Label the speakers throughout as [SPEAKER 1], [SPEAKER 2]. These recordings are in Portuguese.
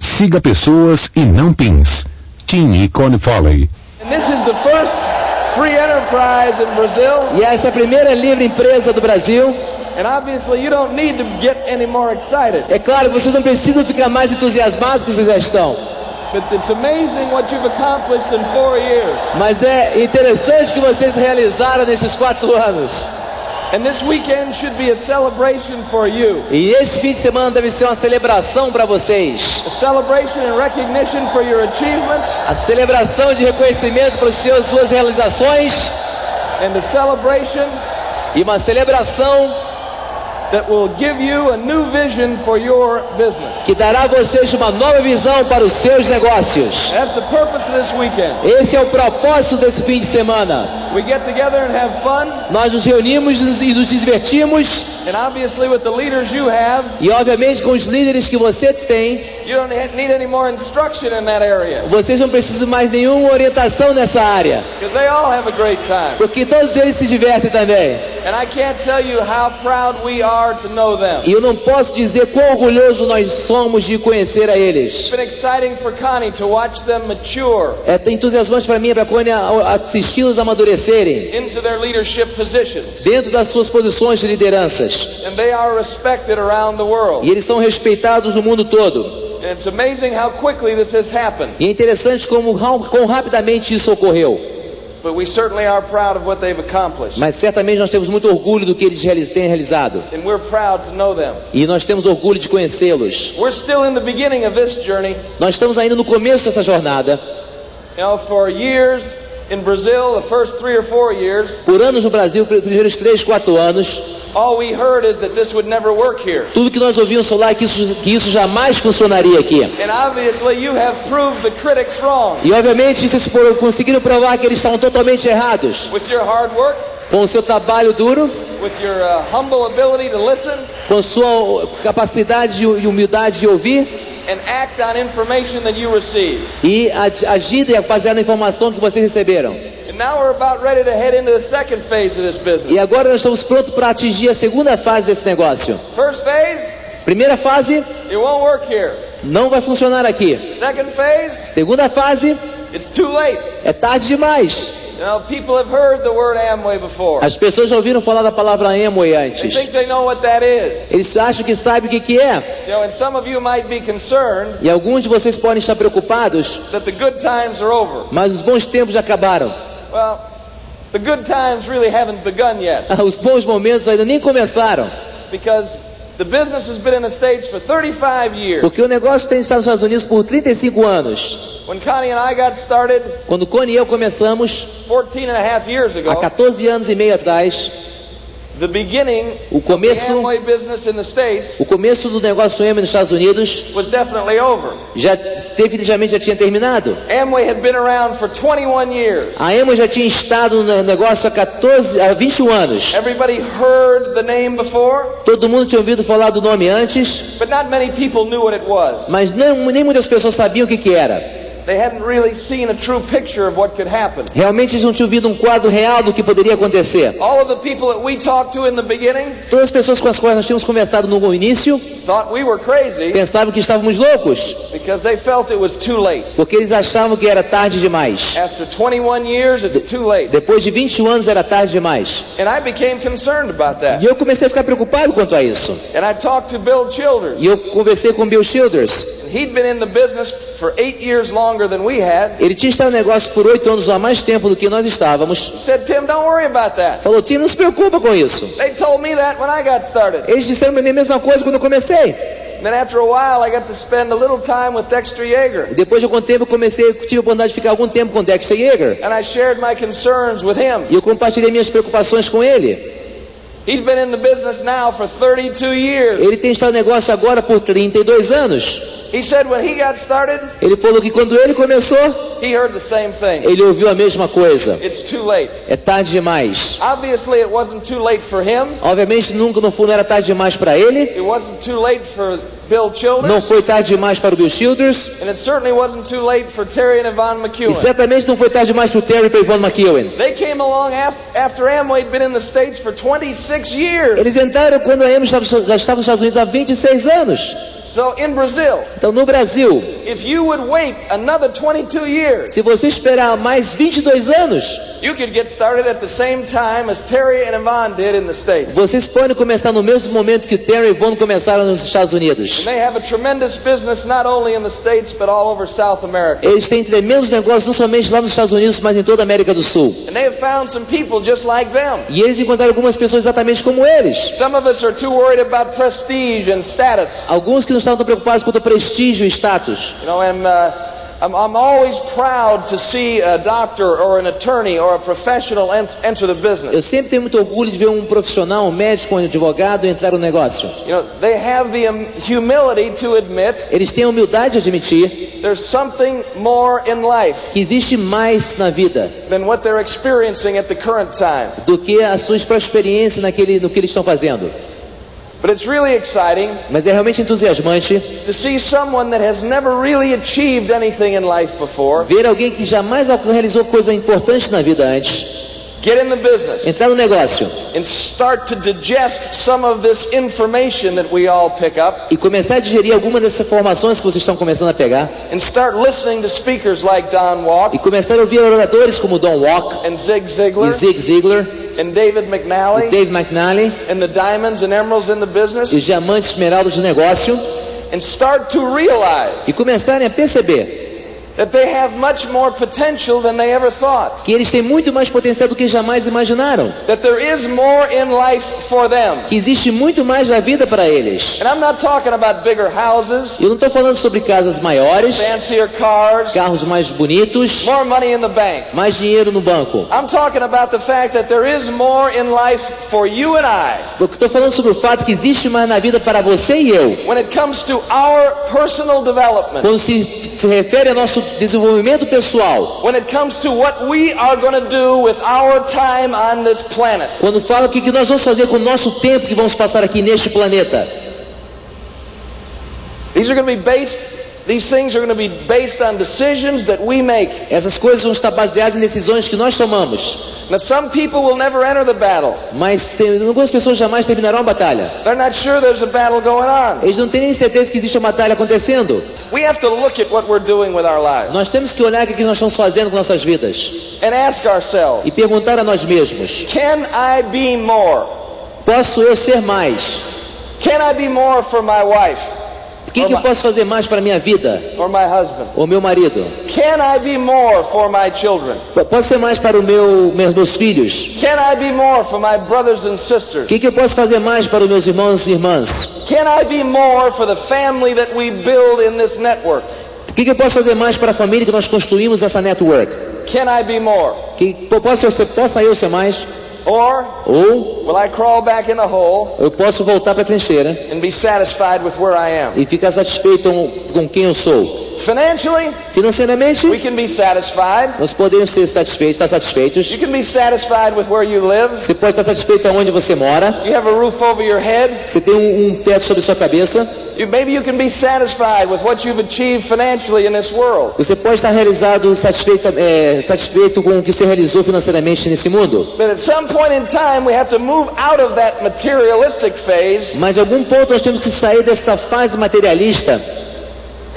[SPEAKER 1] Siga pessoas e não pins. Tim e Cone Foley.
[SPEAKER 2] And this is the first free enterprise in Brazil.
[SPEAKER 3] E essa é a primeira livre empresa do Brasil.
[SPEAKER 2] And obviously, you don't need to get any more excited.
[SPEAKER 3] É claro, vocês não precisam ficar mais entusiasmados que vocês já estão.
[SPEAKER 2] But it's amazing what you've accomplished in four years.
[SPEAKER 3] Mas é interessante que vocês realizaram nesses quatro anos.
[SPEAKER 2] And this weekend should be a celebration for you.
[SPEAKER 3] E esse fim de semana deve ser uma celebração para vocês.
[SPEAKER 2] A celebration and recognition for your achievements.
[SPEAKER 3] A celebração de reconhecimento para os seus, suas realizações.
[SPEAKER 2] And a celebration
[SPEAKER 3] E uma celebração
[SPEAKER 2] that will give you a new vision for your business.
[SPEAKER 3] que dará a vocês uma nova visão para os seus negócios.
[SPEAKER 2] That's the purpose of this weekend.
[SPEAKER 3] Esse é o propósito desse fim de semana.
[SPEAKER 2] We get together and have fun.
[SPEAKER 3] Nós nos reunimos e nos- e nos divertimos.
[SPEAKER 2] And obviously, with the leaders you have,
[SPEAKER 3] E obviamente com os líderes que você tem,
[SPEAKER 2] you don't need any more instruction in that area
[SPEAKER 3] vocês não precisam mais nenhuma orientação nessa área.
[SPEAKER 2] because they all have a great time.
[SPEAKER 3] Porque todos eles se divertem também.
[SPEAKER 2] And I can't tell you how proud we are to know them.
[SPEAKER 3] E eu não posso dizer quão orgulhoso nós somos de conhecer a eles.
[SPEAKER 2] It's been exciting for Connie to watch them mature
[SPEAKER 3] É entusiasmante para mim, para Cônia, assisti-los amadurecerem
[SPEAKER 2] into their leadership positions.
[SPEAKER 3] dentro das suas posições de lideranças.
[SPEAKER 2] And they are respected around the
[SPEAKER 3] E
[SPEAKER 2] world.
[SPEAKER 3] eles são respeitados no mundo todo.
[SPEAKER 2] And it's amazing how quickly this has happened.
[SPEAKER 3] E é interessante como ra- quão rapidamente isso ocorreu.
[SPEAKER 2] But we certainly are proud of what they've accomplished.
[SPEAKER 3] Mas certamente nós temos muito orgulho do que eles reali- têm realizado.
[SPEAKER 2] And we're proud to know them.
[SPEAKER 3] E nós temos orgulho de conhecê-los.
[SPEAKER 2] We're still in the beginning of this journey.
[SPEAKER 3] Nós estamos ainda no começo dessa jornada.
[SPEAKER 2] You know, for years in Brazil, the first three or four years,
[SPEAKER 3] Por anos no Brasil, pr- primeiros 3, 4 anos,
[SPEAKER 2] all we heard is that this would never work here.
[SPEAKER 3] tudo que nós ouvíamos falar é que isso, que isso jamais funcionaria aqui.
[SPEAKER 2] And obviously, you have proved the critics wrong
[SPEAKER 3] E obviamente vocês foram- conseguiram provar que eles estavam totalmente errados.
[SPEAKER 2] with your hard work,
[SPEAKER 3] Com o seu trabalho duro,
[SPEAKER 2] with your uh, humble ability to listen
[SPEAKER 3] com sua capacidade de hu- e humildade de ouvir
[SPEAKER 2] and act on information that you receive.
[SPEAKER 3] e ag- agir baseado na informação que vocês receberam.
[SPEAKER 2] And now we're about ready to head into the second phase of this
[SPEAKER 3] E
[SPEAKER 2] business.
[SPEAKER 3] agora nós estamos prontos para atingir a segunda fase desse negócio.
[SPEAKER 2] First phase,
[SPEAKER 3] Primeira fase,
[SPEAKER 2] it won't work here.
[SPEAKER 3] não vai funcionar aqui.
[SPEAKER 2] Second phase,
[SPEAKER 3] Segunda fase,
[SPEAKER 2] it's too late.
[SPEAKER 3] é tarde demais.
[SPEAKER 2] You know, people have heard the word Amway before.
[SPEAKER 3] As pessoas já ouviram falar da palavra Emoi
[SPEAKER 2] They
[SPEAKER 3] antes.
[SPEAKER 2] think they know what that is.
[SPEAKER 3] Eles acham que sabem o que, que é.
[SPEAKER 2] You know, and some of you might be concerned
[SPEAKER 3] E alguns de vocês podem estar preocupados,
[SPEAKER 2] that the good times are over.
[SPEAKER 3] mas os bons tempos já acabaram.
[SPEAKER 2] Well, the good times really haven't begun yet
[SPEAKER 3] Ah, Os bons momentos ainda nem começaram,
[SPEAKER 2] because the business has been in the States for 35 years.
[SPEAKER 3] porque o negócio tem estado nos Estados Unidos por 35 anos.
[SPEAKER 2] When Connie and I got started
[SPEAKER 3] Quando Cone e eu começamos,
[SPEAKER 2] 14 and a half years
[SPEAKER 3] há
[SPEAKER 2] ago,
[SPEAKER 3] 14 anos e meio atrás,
[SPEAKER 2] the beginning
[SPEAKER 3] o
[SPEAKER 2] The
[SPEAKER 3] começo,
[SPEAKER 2] Amway business in the States
[SPEAKER 3] o começo do negócio M nos Estados Unidos
[SPEAKER 2] was definitely over.
[SPEAKER 3] já definitivamente já tinha terminado.
[SPEAKER 2] Amway had been around for 21 years.
[SPEAKER 3] A Emo já tinha estado no negócio há 14, há 21 anos.
[SPEAKER 2] Everybody heard the name before,
[SPEAKER 3] Todo mundo tinha ouvido falar do nome antes,
[SPEAKER 2] but not many people knew what it was.
[SPEAKER 3] mas não, nem muitas pessoas sabiam o que, que era.
[SPEAKER 2] They hadn't really seen a true picture of what could happen.
[SPEAKER 3] Realmente eles não tinham ouvido um quadro real do que poderia acontecer.
[SPEAKER 2] All of the people that we talked to in the beginning
[SPEAKER 3] Todas as pessoas com as quais nós tínhamos conversado no início
[SPEAKER 2] thought we were crazy
[SPEAKER 3] pensavam que estávamos loucos,
[SPEAKER 2] because they felt it was too late.
[SPEAKER 3] porque eles achavam que era tarde demais.
[SPEAKER 2] After 21 years, it's too late.
[SPEAKER 3] Depois de 21 anos era tarde demais.
[SPEAKER 2] And I became concerned about
[SPEAKER 3] E
[SPEAKER 2] that.
[SPEAKER 3] eu comecei a ficar preocupado quanto a isso.
[SPEAKER 2] And I talked to Bill Childers.
[SPEAKER 3] E eu conversei com Bill Childers.
[SPEAKER 2] He'd been in the business for eight years longer than we had.
[SPEAKER 3] Ele tinha estado no negócio por oito anos ou há mais tempo do que nós estávamos.
[SPEAKER 2] He said, Tim, don't worry about that.
[SPEAKER 3] Falou, time, não se preocupa com isso.
[SPEAKER 2] They told me that when I got started.
[SPEAKER 3] Eles disseram para mim a mesma coisa quando eu comecei.
[SPEAKER 2] And then after a while, I got to spend a little time with Dexter Yeager.
[SPEAKER 3] E depois de algum tempo eu comecei, tive a oportunidade de ficar algum tempo com Dexter Yeager.
[SPEAKER 2] And I shared my concerns with him.
[SPEAKER 3] E eu compartilhei minhas preocupações com ele.
[SPEAKER 2] He's been in the business now for 32 years.
[SPEAKER 3] Ele tem estado no negócio agora por 32 anos.
[SPEAKER 2] He said when he got started,
[SPEAKER 3] Ele falou que quando ele começou,
[SPEAKER 2] he heard the same thing.
[SPEAKER 3] ele ouviu a mesma coisa.
[SPEAKER 2] It's too late.
[SPEAKER 3] É tarde demais.
[SPEAKER 2] Obviously, it wasn't too late for him.
[SPEAKER 3] Obviamente nunca no fundo era tarde demais para ele.
[SPEAKER 2] It wasn't too late for Bill
[SPEAKER 3] Não
[SPEAKER 2] Childers.
[SPEAKER 3] foi tarde demais para o Bill Childers.
[SPEAKER 2] And it certainly wasn't too late for Terry and Yvonne
[SPEAKER 3] E
[SPEAKER 2] McEwen.
[SPEAKER 3] certamente não foi tarde demais para o Terry e para o Ivan McEwen.
[SPEAKER 2] They came along af- after Amway'd been in the States for 26 years.
[SPEAKER 3] Eles entraram quando a Amy já estava nos Estados Unidos há 26 anos.
[SPEAKER 2] So in Brazil,
[SPEAKER 3] Então, no Brasil,
[SPEAKER 2] if you would wait another 22 years,
[SPEAKER 3] se você esperar mais 22 anos,
[SPEAKER 2] you could get started at the same time as Terry and Yvonne did in the States.
[SPEAKER 3] vocês podem começar no mesmo momento que Terry e Von começaram nos Estados Unidos.
[SPEAKER 2] And they have a tremendous business not only in the States but all over South America.
[SPEAKER 3] Eles têm tremendos negócios, não somente lá nos Estados Unidos, mas em toda a América do Sul.
[SPEAKER 2] And they have found some people just like them.
[SPEAKER 3] E eles encontraram algumas pessoas exatamente como eles.
[SPEAKER 2] Some of us are too worried about prestige and status.
[SPEAKER 3] Alguns que não estavam tão preocupados quanto o prestígio e status.
[SPEAKER 2] You know, and uh, I'm, I'm always proud to see a doctor or an attorney or a professional ent- enter the
[SPEAKER 3] Eu
[SPEAKER 2] business.
[SPEAKER 3] sempre tenho muito orgulho de ver um profissional, um médico, um advogado entrar no negócio.
[SPEAKER 2] You know, they have the um, humility to admit
[SPEAKER 3] Eles têm a humildade de admitir
[SPEAKER 2] there's something more in life
[SPEAKER 3] que existe mais na vida
[SPEAKER 2] than what they're experiencing at the current time.
[SPEAKER 3] do que a sua própria experiência naquele, no que eles estão fazendo.
[SPEAKER 2] But it's really exciting
[SPEAKER 3] Mas é realmente entusiasmante
[SPEAKER 2] to see someone that has never really achieved anything in life before
[SPEAKER 3] ver alguém que jamais alcan- realizou coisa importante na vida antes
[SPEAKER 2] get in the business
[SPEAKER 3] entrar no negócio
[SPEAKER 2] and start to digest some of this information that we all pick up
[SPEAKER 3] e começar a digerir alguma dessas informações que vocês estão começando a pegar
[SPEAKER 2] and start listening to speakers like Don
[SPEAKER 3] e
[SPEAKER 2] Walk
[SPEAKER 3] começar a ouvir oradores como Don Walk
[SPEAKER 2] and Zig
[SPEAKER 3] e
[SPEAKER 2] Ziglar
[SPEAKER 3] Zig Ziglar,
[SPEAKER 2] and David
[SPEAKER 3] e
[SPEAKER 2] McNally
[SPEAKER 3] Dave McNally
[SPEAKER 2] and the diamonds and emeralds in the
[SPEAKER 3] e
[SPEAKER 2] business
[SPEAKER 3] os diamantes esmeraldas do negócio
[SPEAKER 2] and start to realize
[SPEAKER 3] e começarem a perceber
[SPEAKER 2] that they have much more potential than they ever thought.
[SPEAKER 3] que eles têm muito mais potencial do que jamais imaginaram,
[SPEAKER 2] That there is more in life for them.
[SPEAKER 3] que existe muito mais da vida para eles.
[SPEAKER 2] And I'm not talking about bigger houses,
[SPEAKER 3] Eu não estou falando sobre casas maiores,
[SPEAKER 2] fancier cars,
[SPEAKER 3] carros mais bonitos,
[SPEAKER 2] more money in the bank.
[SPEAKER 3] mais dinheiro no banco.
[SPEAKER 2] I'm talking about the fact that there is more in life for you and I
[SPEAKER 3] Eu estou falando sobre o fato que existe mais na vida para você e eu.
[SPEAKER 2] when it comes to our personal development,
[SPEAKER 3] Quando se refere ao nosso desenvolvimento pessoal,
[SPEAKER 2] when it comes to what we are going to do with our time on this planet.
[SPEAKER 3] quando fala o que que nós vamos fazer com o nosso tempo que vamos passar aqui neste planeta.
[SPEAKER 2] These are going to be based these things are going to be based on decisions that we make.
[SPEAKER 3] Essas coisas vão estar baseadas em decisões que nós tomamos.
[SPEAKER 2] Now some people will never enter the battle.
[SPEAKER 3] Mas se- algumas pessoas jamais terminarão a batalha.
[SPEAKER 2] They're not sure there's a battle going on.
[SPEAKER 3] Eles não têm nem certeza que existe uma batalha acontecendo.
[SPEAKER 2] We have to look at what we're doing with our lives
[SPEAKER 3] Nós temos que olhar o que que nós estamos fazendo com nossas vidas
[SPEAKER 2] and ask ourselves,
[SPEAKER 3] e perguntar a nós mesmos:
[SPEAKER 2] can I be more?
[SPEAKER 3] posso eu ser mais?
[SPEAKER 2] Can I be more for my wife
[SPEAKER 3] O que, que eu posso fazer mais para minha vida
[SPEAKER 2] or my husband?
[SPEAKER 3] ou meu marido?
[SPEAKER 2] Can I be more for my children?
[SPEAKER 3] P- Posso ser mais para o meu, meus, meus filhos?
[SPEAKER 2] Can I be more for my brothers and
[SPEAKER 3] O
[SPEAKER 2] sisters?
[SPEAKER 3] que, que eu posso fazer mais para os meus irmãos e irmãs?
[SPEAKER 2] Can I be more for the family that we build in this network?
[SPEAKER 3] O que, que eu posso fazer mais para a família que nós construímos essa network?
[SPEAKER 2] Can I be more?
[SPEAKER 3] Que po- posso eu ser, possa eu ser mais?
[SPEAKER 2] Or
[SPEAKER 3] Ou
[SPEAKER 2] will I crawl back in the hole
[SPEAKER 3] eu posso voltar para a trincheira
[SPEAKER 2] and be satisfied with where I am?
[SPEAKER 3] e ficar satisfeito com, com quem eu sou?
[SPEAKER 2] Financially,
[SPEAKER 3] Financeiramente,
[SPEAKER 2] we can be satisfied.
[SPEAKER 3] nós podemos ser satisfeitos, estar satisfeitos.
[SPEAKER 2] You can be satisfied with where you live.
[SPEAKER 3] Você pode estar satisfeito aonde você mora.
[SPEAKER 2] You have a roof over your head.
[SPEAKER 3] Você tem um, um teto sobre sua cabeça.
[SPEAKER 2] You, maybe you can be satisfied with what you've achieved financially in this world.
[SPEAKER 3] Você pode estar realizado, satisfeito, é, satisfeito com o que você realizou financeiramente nesse mundo.
[SPEAKER 2] But at some point in time, we have to move out of that materialistic phase
[SPEAKER 3] Mas em algum ponto nós temos que sair dessa fase materialista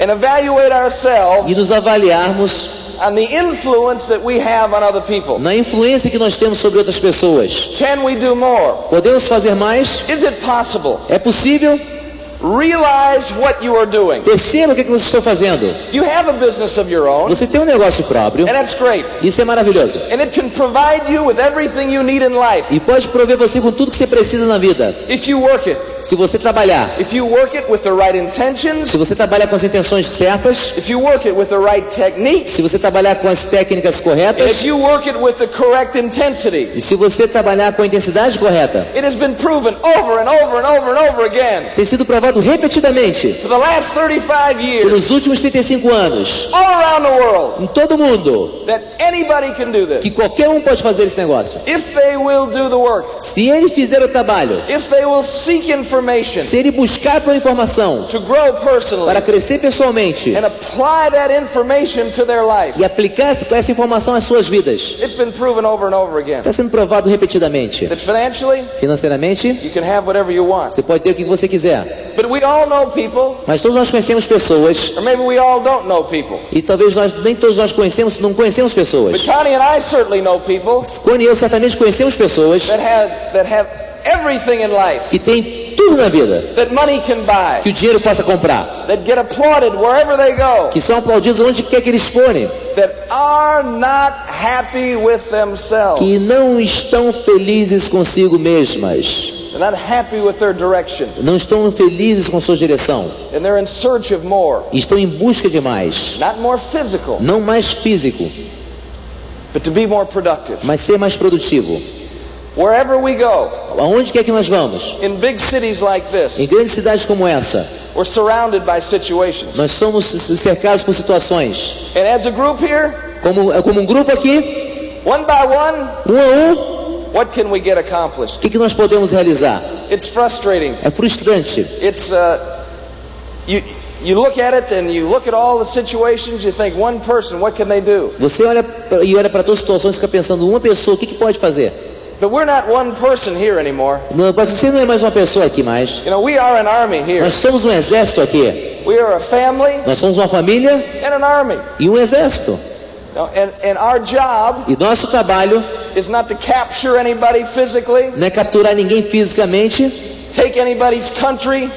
[SPEAKER 2] and evaluate ourselves
[SPEAKER 3] e nos avaliarmos
[SPEAKER 2] on the influence that we have on other people.
[SPEAKER 3] na influência que nós temos sobre outras pessoas.
[SPEAKER 2] Can we do more?
[SPEAKER 3] Podemos fazer mais?
[SPEAKER 2] Is it possible?
[SPEAKER 3] É possível?
[SPEAKER 2] Realize what you are doing.
[SPEAKER 3] Perceba o que, é que vocês estão fazendo.
[SPEAKER 2] You have a business of your own,
[SPEAKER 3] Você tem um negócio próprio,
[SPEAKER 2] and that's great.
[SPEAKER 3] isso é maravilhoso.
[SPEAKER 2] And it can provide you with everything you need in life
[SPEAKER 3] E pode prover você com tudo que você precisa na vida.
[SPEAKER 2] if you work it.
[SPEAKER 3] Se você trabalhar,
[SPEAKER 2] If you work it with the right intentions,
[SPEAKER 3] se você trabalhar com as intenções certas,
[SPEAKER 2] if you work it with the right technique,
[SPEAKER 3] se você trabalhar com as técnicas
[SPEAKER 2] And if
[SPEAKER 3] corretas
[SPEAKER 2] you work it with the correct intensity,
[SPEAKER 3] e se você trabalhar com a intensidade correta.
[SPEAKER 2] it has been proven over and over and over and over again
[SPEAKER 3] Tem sido provado repetidamente
[SPEAKER 2] for the last 35 years
[SPEAKER 3] pelos últimos 35 anos,
[SPEAKER 2] all around the world
[SPEAKER 3] em todo o mundo,
[SPEAKER 2] that anybody can do
[SPEAKER 3] que
[SPEAKER 2] this.
[SPEAKER 3] qualquer um pode fazer esse negócio.
[SPEAKER 2] If they will do the work,
[SPEAKER 3] Se ele fizer o trabalho,
[SPEAKER 2] if they will seek and information,
[SPEAKER 3] Se ele buscar pela informação
[SPEAKER 2] to grow personally,
[SPEAKER 3] para crescer pessoalmente
[SPEAKER 2] and apply that information to their life.
[SPEAKER 3] e aplicar essa informação às suas vidas,
[SPEAKER 2] It's been proven over and over again
[SPEAKER 3] está sendo provado repetidamente.
[SPEAKER 2] that financially,
[SPEAKER 3] Financeiramente,
[SPEAKER 2] you can have whatever you want.
[SPEAKER 3] você pode ter o que você quiser.
[SPEAKER 2] But we all know people,
[SPEAKER 3] Mas todos nós conhecemos pessoas
[SPEAKER 2] or maybe we all don't know people.
[SPEAKER 3] e talvez nós nem todos nós conhecemos, não conhecemos
[SPEAKER 2] But
[SPEAKER 3] pessoas.
[SPEAKER 2] Connie and I certainly know people
[SPEAKER 3] Quando eu certamente conhecemos pessoas
[SPEAKER 2] that has that have everything in life
[SPEAKER 3] que têm tudo na vida
[SPEAKER 2] that money can
[SPEAKER 3] que
[SPEAKER 2] buy,
[SPEAKER 3] o dinheiro possa comprar,
[SPEAKER 2] that get applauded wherever they go,
[SPEAKER 3] que são aplaudidos onde quer que eles forem,
[SPEAKER 2] that are not happy with themselves.
[SPEAKER 3] que não estão felizes consigo mesmas.
[SPEAKER 2] They're not happy with their direction,
[SPEAKER 3] não estão felizes com sua direção,
[SPEAKER 2] and they're in search of more.
[SPEAKER 3] estão em busca de mais,
[SPEAKER 2] Not more physical,
[SPEAKER 3] não mais físico,
[SPEAKER 2] but to be more productive.
[SPEAKER 3] mas ser mais produtivo.
[SPEAKER 2] Wherever we go,
[SPEAKER 3] Aonde quer que nós vamos?
[SPEAKER 2] in big cities like this,
[SPEAKER 3] Em grandes cidades como essa,
[SPEAKER 2] we're surrounded by situations.
[SPEAKER 3] nós somos cercados por situações.
[SPEAKER 2] And as a group here,
[SPEAKER 3] Como, como um grupo aqui,
[SPEAKER 2] one by one,
[SPEAKER 3] um a um,
[SPEAKER 2] what can we get
[SPEAKER 3] o
[SPEAKER 2] accomplished?
[SPEAKER 3] que, que nós podemos realizar?
[SPEAKER 2] It's frustrating.
[SPEAKER 3] É frustrante.
[SPEAKER 2] It's uh, you. You look at it and you look at all the situations. You think one person, what can they do?
[SPEAKER 3] Você olha pra- e olha para todas as situações e fica pensando, uma pessoa, o que, que pode fazer?
[SPEAKER 2] But we're not one person here anymore.
[SPEAKER 3] Não, mas você não é mais uma pessoa aqui mais.
[SPEAKER 2] You know, we are an army here.
[SPEAKER 3] Nós somos um exército aqui.
[SPEAKER 2] We are a family
[SPEAKER 3] Nós somos uma família
[SPEAKER 2] and an army.
[SPEAKER 3] e um exército.
[SPEAKER 2] You know, And and our job
[SPEAKER 3] E nosso trabalho
[SPEAKER 2] is not to capture anybody physically,
[SPEAKER 3] não é capturar ninguém fisicamente,
[SPEAKER 2] take anybody's country,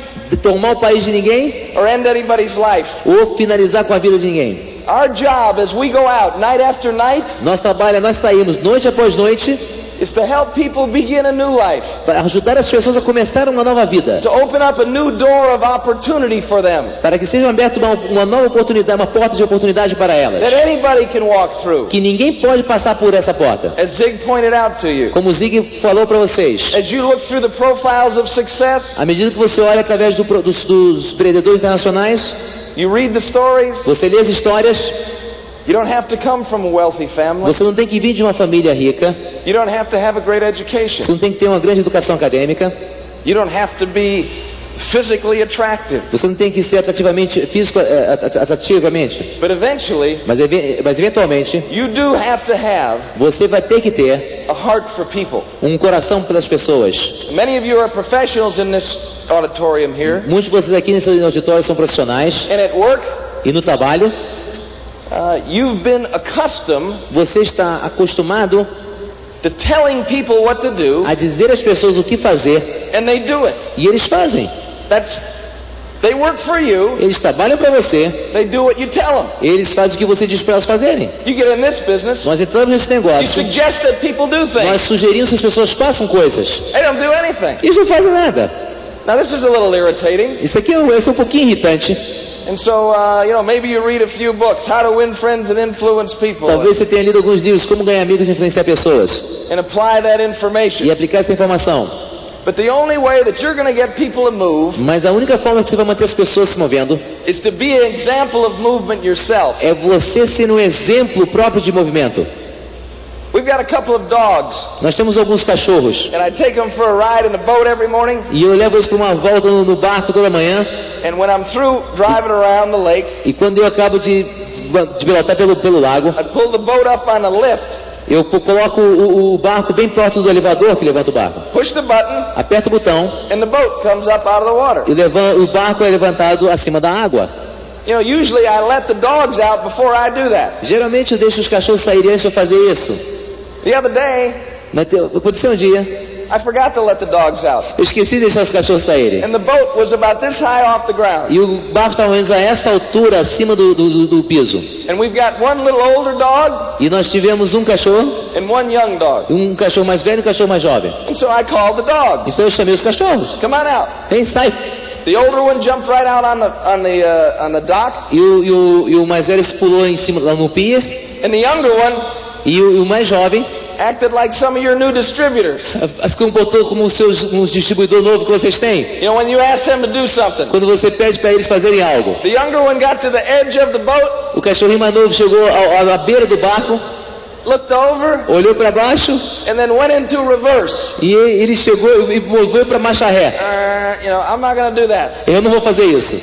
[SPEAKER 3] tomar o país de ninguém
[SPEAKER 2] or end anybody's life.
[SPEAKER 3] ou finalizar com a vida de ninguém.
[SPEAKER 2] Our job, as we go out night after night,
[SPEAKER 3] Nosso trabalho é nós sairmos noite após noite
[SPEAKER 2] is to help people begin a new life,
[SPEAKER 3] para ajudar as pessoas a começar uma nova vida,
[SPEAKER 2] to open up a new door of opportunity for them
[SPEAKER 3] para que seja aberta uma, uma nova oportunidade, uma porta de oportunidade para
[SPEAKER 2] that
[SPEAKER 3] elas.
[SPEAKER 2] anybody can walk through.
[SPEAKER 3] Que ninguém pode passar por essa porta.
[SPEAKER 2] As Zig pointed out to you,
[SPEAKER 3] Como o Zig falou para vocês,
[SPEAKER 2] as you look through the profiles of success,
[SPEAKER 3] à medida que você olha através do pro- dos, dos empreendedores internacionais,
[SPEAKER 2] you read the stories,
[SPEAKER 3] você lê as histórias,
[SPEAKER 2] you don't have to come from a wealthy family.
[SPEAKER 3] você não tem que vir de uma família rica,
[SPEAKER 2] You don't have to have a great
[SPEAKER 3] você
[SPEAKER 2] education.
[SPEAKER 3] não tem que ter uma grande educação acadêmica,
[SPEAKER 2] You don't have to be physically attractive.
[SPEAKER 3] você não tem que ser atrativamente, físico, eh, at- atrativamente.
[SPEAKER 2] But eventually,
[SPEAKER 3] Mas, eve- mas eventualmente
[SPEAKER 2] you do have to have
[SPEAKER 3] você vai ter que ter
[SPEAKER 2] a heart for people.
[SPEAKER 3] um coração pelas pessoas.
[SPEAKER 2] Many of you are professionals in this auditorium here,
[SPEAKER 3] Muitos de vocês aqui nesse auditório são profissionais
[SPEAKER 2] and at work,
[SPEAKER 3] e no trabalho
[SPEAKER 2] uh, you've been accustomed
[SPEAKER 3] você está acostumado
[SPEAKER 2] to telling people what to do,
[SPEAKER 3] a dizer às pessoas o que fazer
[SPEAKER 2] and they do it.
[SPEAKER 3] e eles fazem.
[SPEAKER 2] That's they work for you.
[SPEAKER 3] Eles trabalham para você,
[SPEAKER 2] They do what you tell them.
[SPEAKER 3] eles fazem o que você diz para elas fazerem.
[SPEAKER 2] You get in this business,
[SPEAKER 3] Nós entramos nesse
[SPEAKER 2] you
[SPEAKER 3] negócio,
[SPEAKER 2] suggest that people do
[SPEAKER 3] nós
[SPEAKER 2] things.
[SPEAKER 3] sugerimos que as pessoas façam coisas.
[SPEAKER 2] They don't do anything.
[SPEAKER 3] Eles não fazem nada.
[SPEAKER 2] Now this is a little irritating,
[SPEAKER 3] Isso aqui é um, isso é um pouquinho irritante.
[SPEAKER 2] and so uh, you know maybe you read a few books, How to Win Friends and Influence People,
[SPEAKER 3] Talvez você tenha lido alguns livros, como ganhar amigos e influenciar pessoas,
[SPEAKER 2] and apply that
[SPEAKER 3] e
[SPEAKER 2] information.
[SPEAKER 3] aplicar essa informação.
[SPEAKER 2] But the only way that you're going to get people to move
[SPEAKER 3] Mas a única forma que você vai manter as pessoas se movendo
[SPEAKER 2] is to be an example of movement yourself.
[SPEAKER 3] é você ser um exemplo próprio de movimento.
[SPEAKER 2] We've got a couple of dogs,
[SPEAKER 3] Nós temos alguns cachorros
[SPEAKER 2] and I take them for a ride in a boat every morning.
[SPEAKER 3] e eu levo eles para uma volta no, no barco toda manhã
[SPEAKER 2] And when I'm through driving around the lake,
[SPEAKER 3] e quando eu acabo de, de pilotar pelo, pelo lago,
[SPEAKER 2] I pull the boat up on a lift,
[SPEAKER 3] eu po- coloco o, o barco bem perto do elevador que levanta o barco.
[SPEAKER 2] push the button,
[SPEAKER 3] Aperto o botão
[SPEAKER 2] and the boat comes up out of the water.
[SPEAKER 3] e levan, o barco é levantado acima da água.
[SPEAKER 2] You know, usually I let the dogs out before I do that.
[SPEAKER 3] Geralmente eu deixo os cachorros saírem antes de eu fazer isso.
[SPEAKER 2] The other day,
[SPEAKER 3] Mas te- aconteceu um dia,
[SPEAKER 2] I forgot to let the dogs out.
[SPEAKER 3] eu esqueci de deixar os cachorros saírem.
[SPEAKER 2] And the boat was about this high off the ground.
[SPEAKER 3] E o barco estava mais ou menos a essa altura acima do- do- do, do piso.
[SPEAKER 2] And we've got one little older dog
[SPEAKER 3] E nós tivemos um cachorro,
[SPEAKER 2] and one young dog.
[SPEAKER 3] um cachorro mais velho e um cachorro mais jovem.
[SPEAKER 2] And so I called the dogs.
[SPEAKER 3] Então eu chamei os cachorros.
[SPEAKER 2] Come on out.
[SPEAKER 3] Vem, sai.
[SPEAKER 2] The older one jumped right out on the on the uh, on the dock,
[SPEAKER 3] E o, e o, e o mais velho se pulou em cima lá no pier.
[SPEAKER 2] and the younger one
[SPEAKER 3] E o, e o mais jovem
[SPEAKER 2] acted like some of your new distributors.
[SPEAKER 3] ah, se comportou como os seus, um distribuidor novo que vocês têm.
[SPEAKER 2] You know, when you ask them to do something,
[SPEAKER 3] Quando você pede para eles fazerem algo.
[SPEAKER 2] the younger one got to the edge of the boat
[SPEAKER 3] O cachorrinho mais novo chegou ao- à, à beira do barco
[SPEAKER 2] looked over,
[SPEAKER 3] olhou para baixo
[SPEAKER 2] and then went into reverse.
[SPEAKER 3] e ele chegou e moveu para marcha ré.
[SPEAKER 2] Uh, you know, I'm not going to do that.
[SPEAKER 3] Eu não vou fazer isso.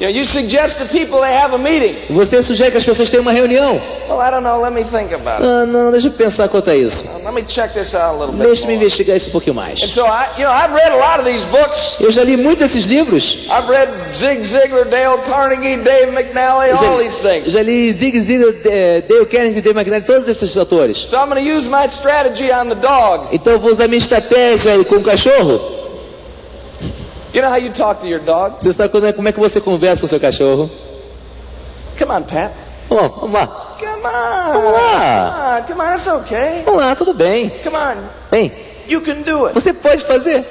[SPEAKER 2] You know, you suggest to people they have a meeting.
[SPEAKER 3] Você sugere que as pessoas tenham uma reunião?
[SPEAKER 2] Well, I don't know. Let me think about it.
[SPEAKER 3] Ah, não, deixa eu pensar quanto a isso.
[SPEAKER 2] Let me check this out a little bit.
[SPEAKER 3] Deixa-me
[SPEAKER 2] More.
[SPEAKER 3] investigar isso um pouquinho
[SPEAKER 2] And
[SPEAKER 3] mais.
[SPEAKER 2] so I, you know, I've read a lot of these books.
[SPEAKER 3] Eu já li muito desses livros.
[SPEAKER 2] I've read Zig Ziglar, Dale Carnegie, Dave McNally,
[SPEAKER 3] Eu
[SPEAKER 2] all
[SPEAKER 3] já,
[SPEAKER 2] these things.
[SPEAKER 3] já li Zig Ziglar, eh, Dale Carnegie, Dave McNally, todos esses autores.
[SPEAKER 2] So I'm going to use my strategy on the dog.
[SPEAKER 3] Então eu vou usar minha estratégia aí com o cachorro.
[SPEAKER 2] You know how you talk to your dog?
[SPEAKER 3] Você sabe quando é- como é que você conversa com o seu cachorro?
[SPEAKER 2] Come on, Pat.
[SPEAKER 3] Bom, vamos lá.
[SPEAKER 2] Come on.
[SPEAKER 3] Come
[SPEAKER 2] Come on.
[SPEAKER 3] on.
[SPEAKER 2] Come on. It's okay.
[SPEAKER 3] Vamos lá, tudo bem.
[SPEAKER 2] Come on.
[SPEAKER 3] Bem,
[SPEAKER 2] You can do it.
[SPEAKER 3] você pode fazer.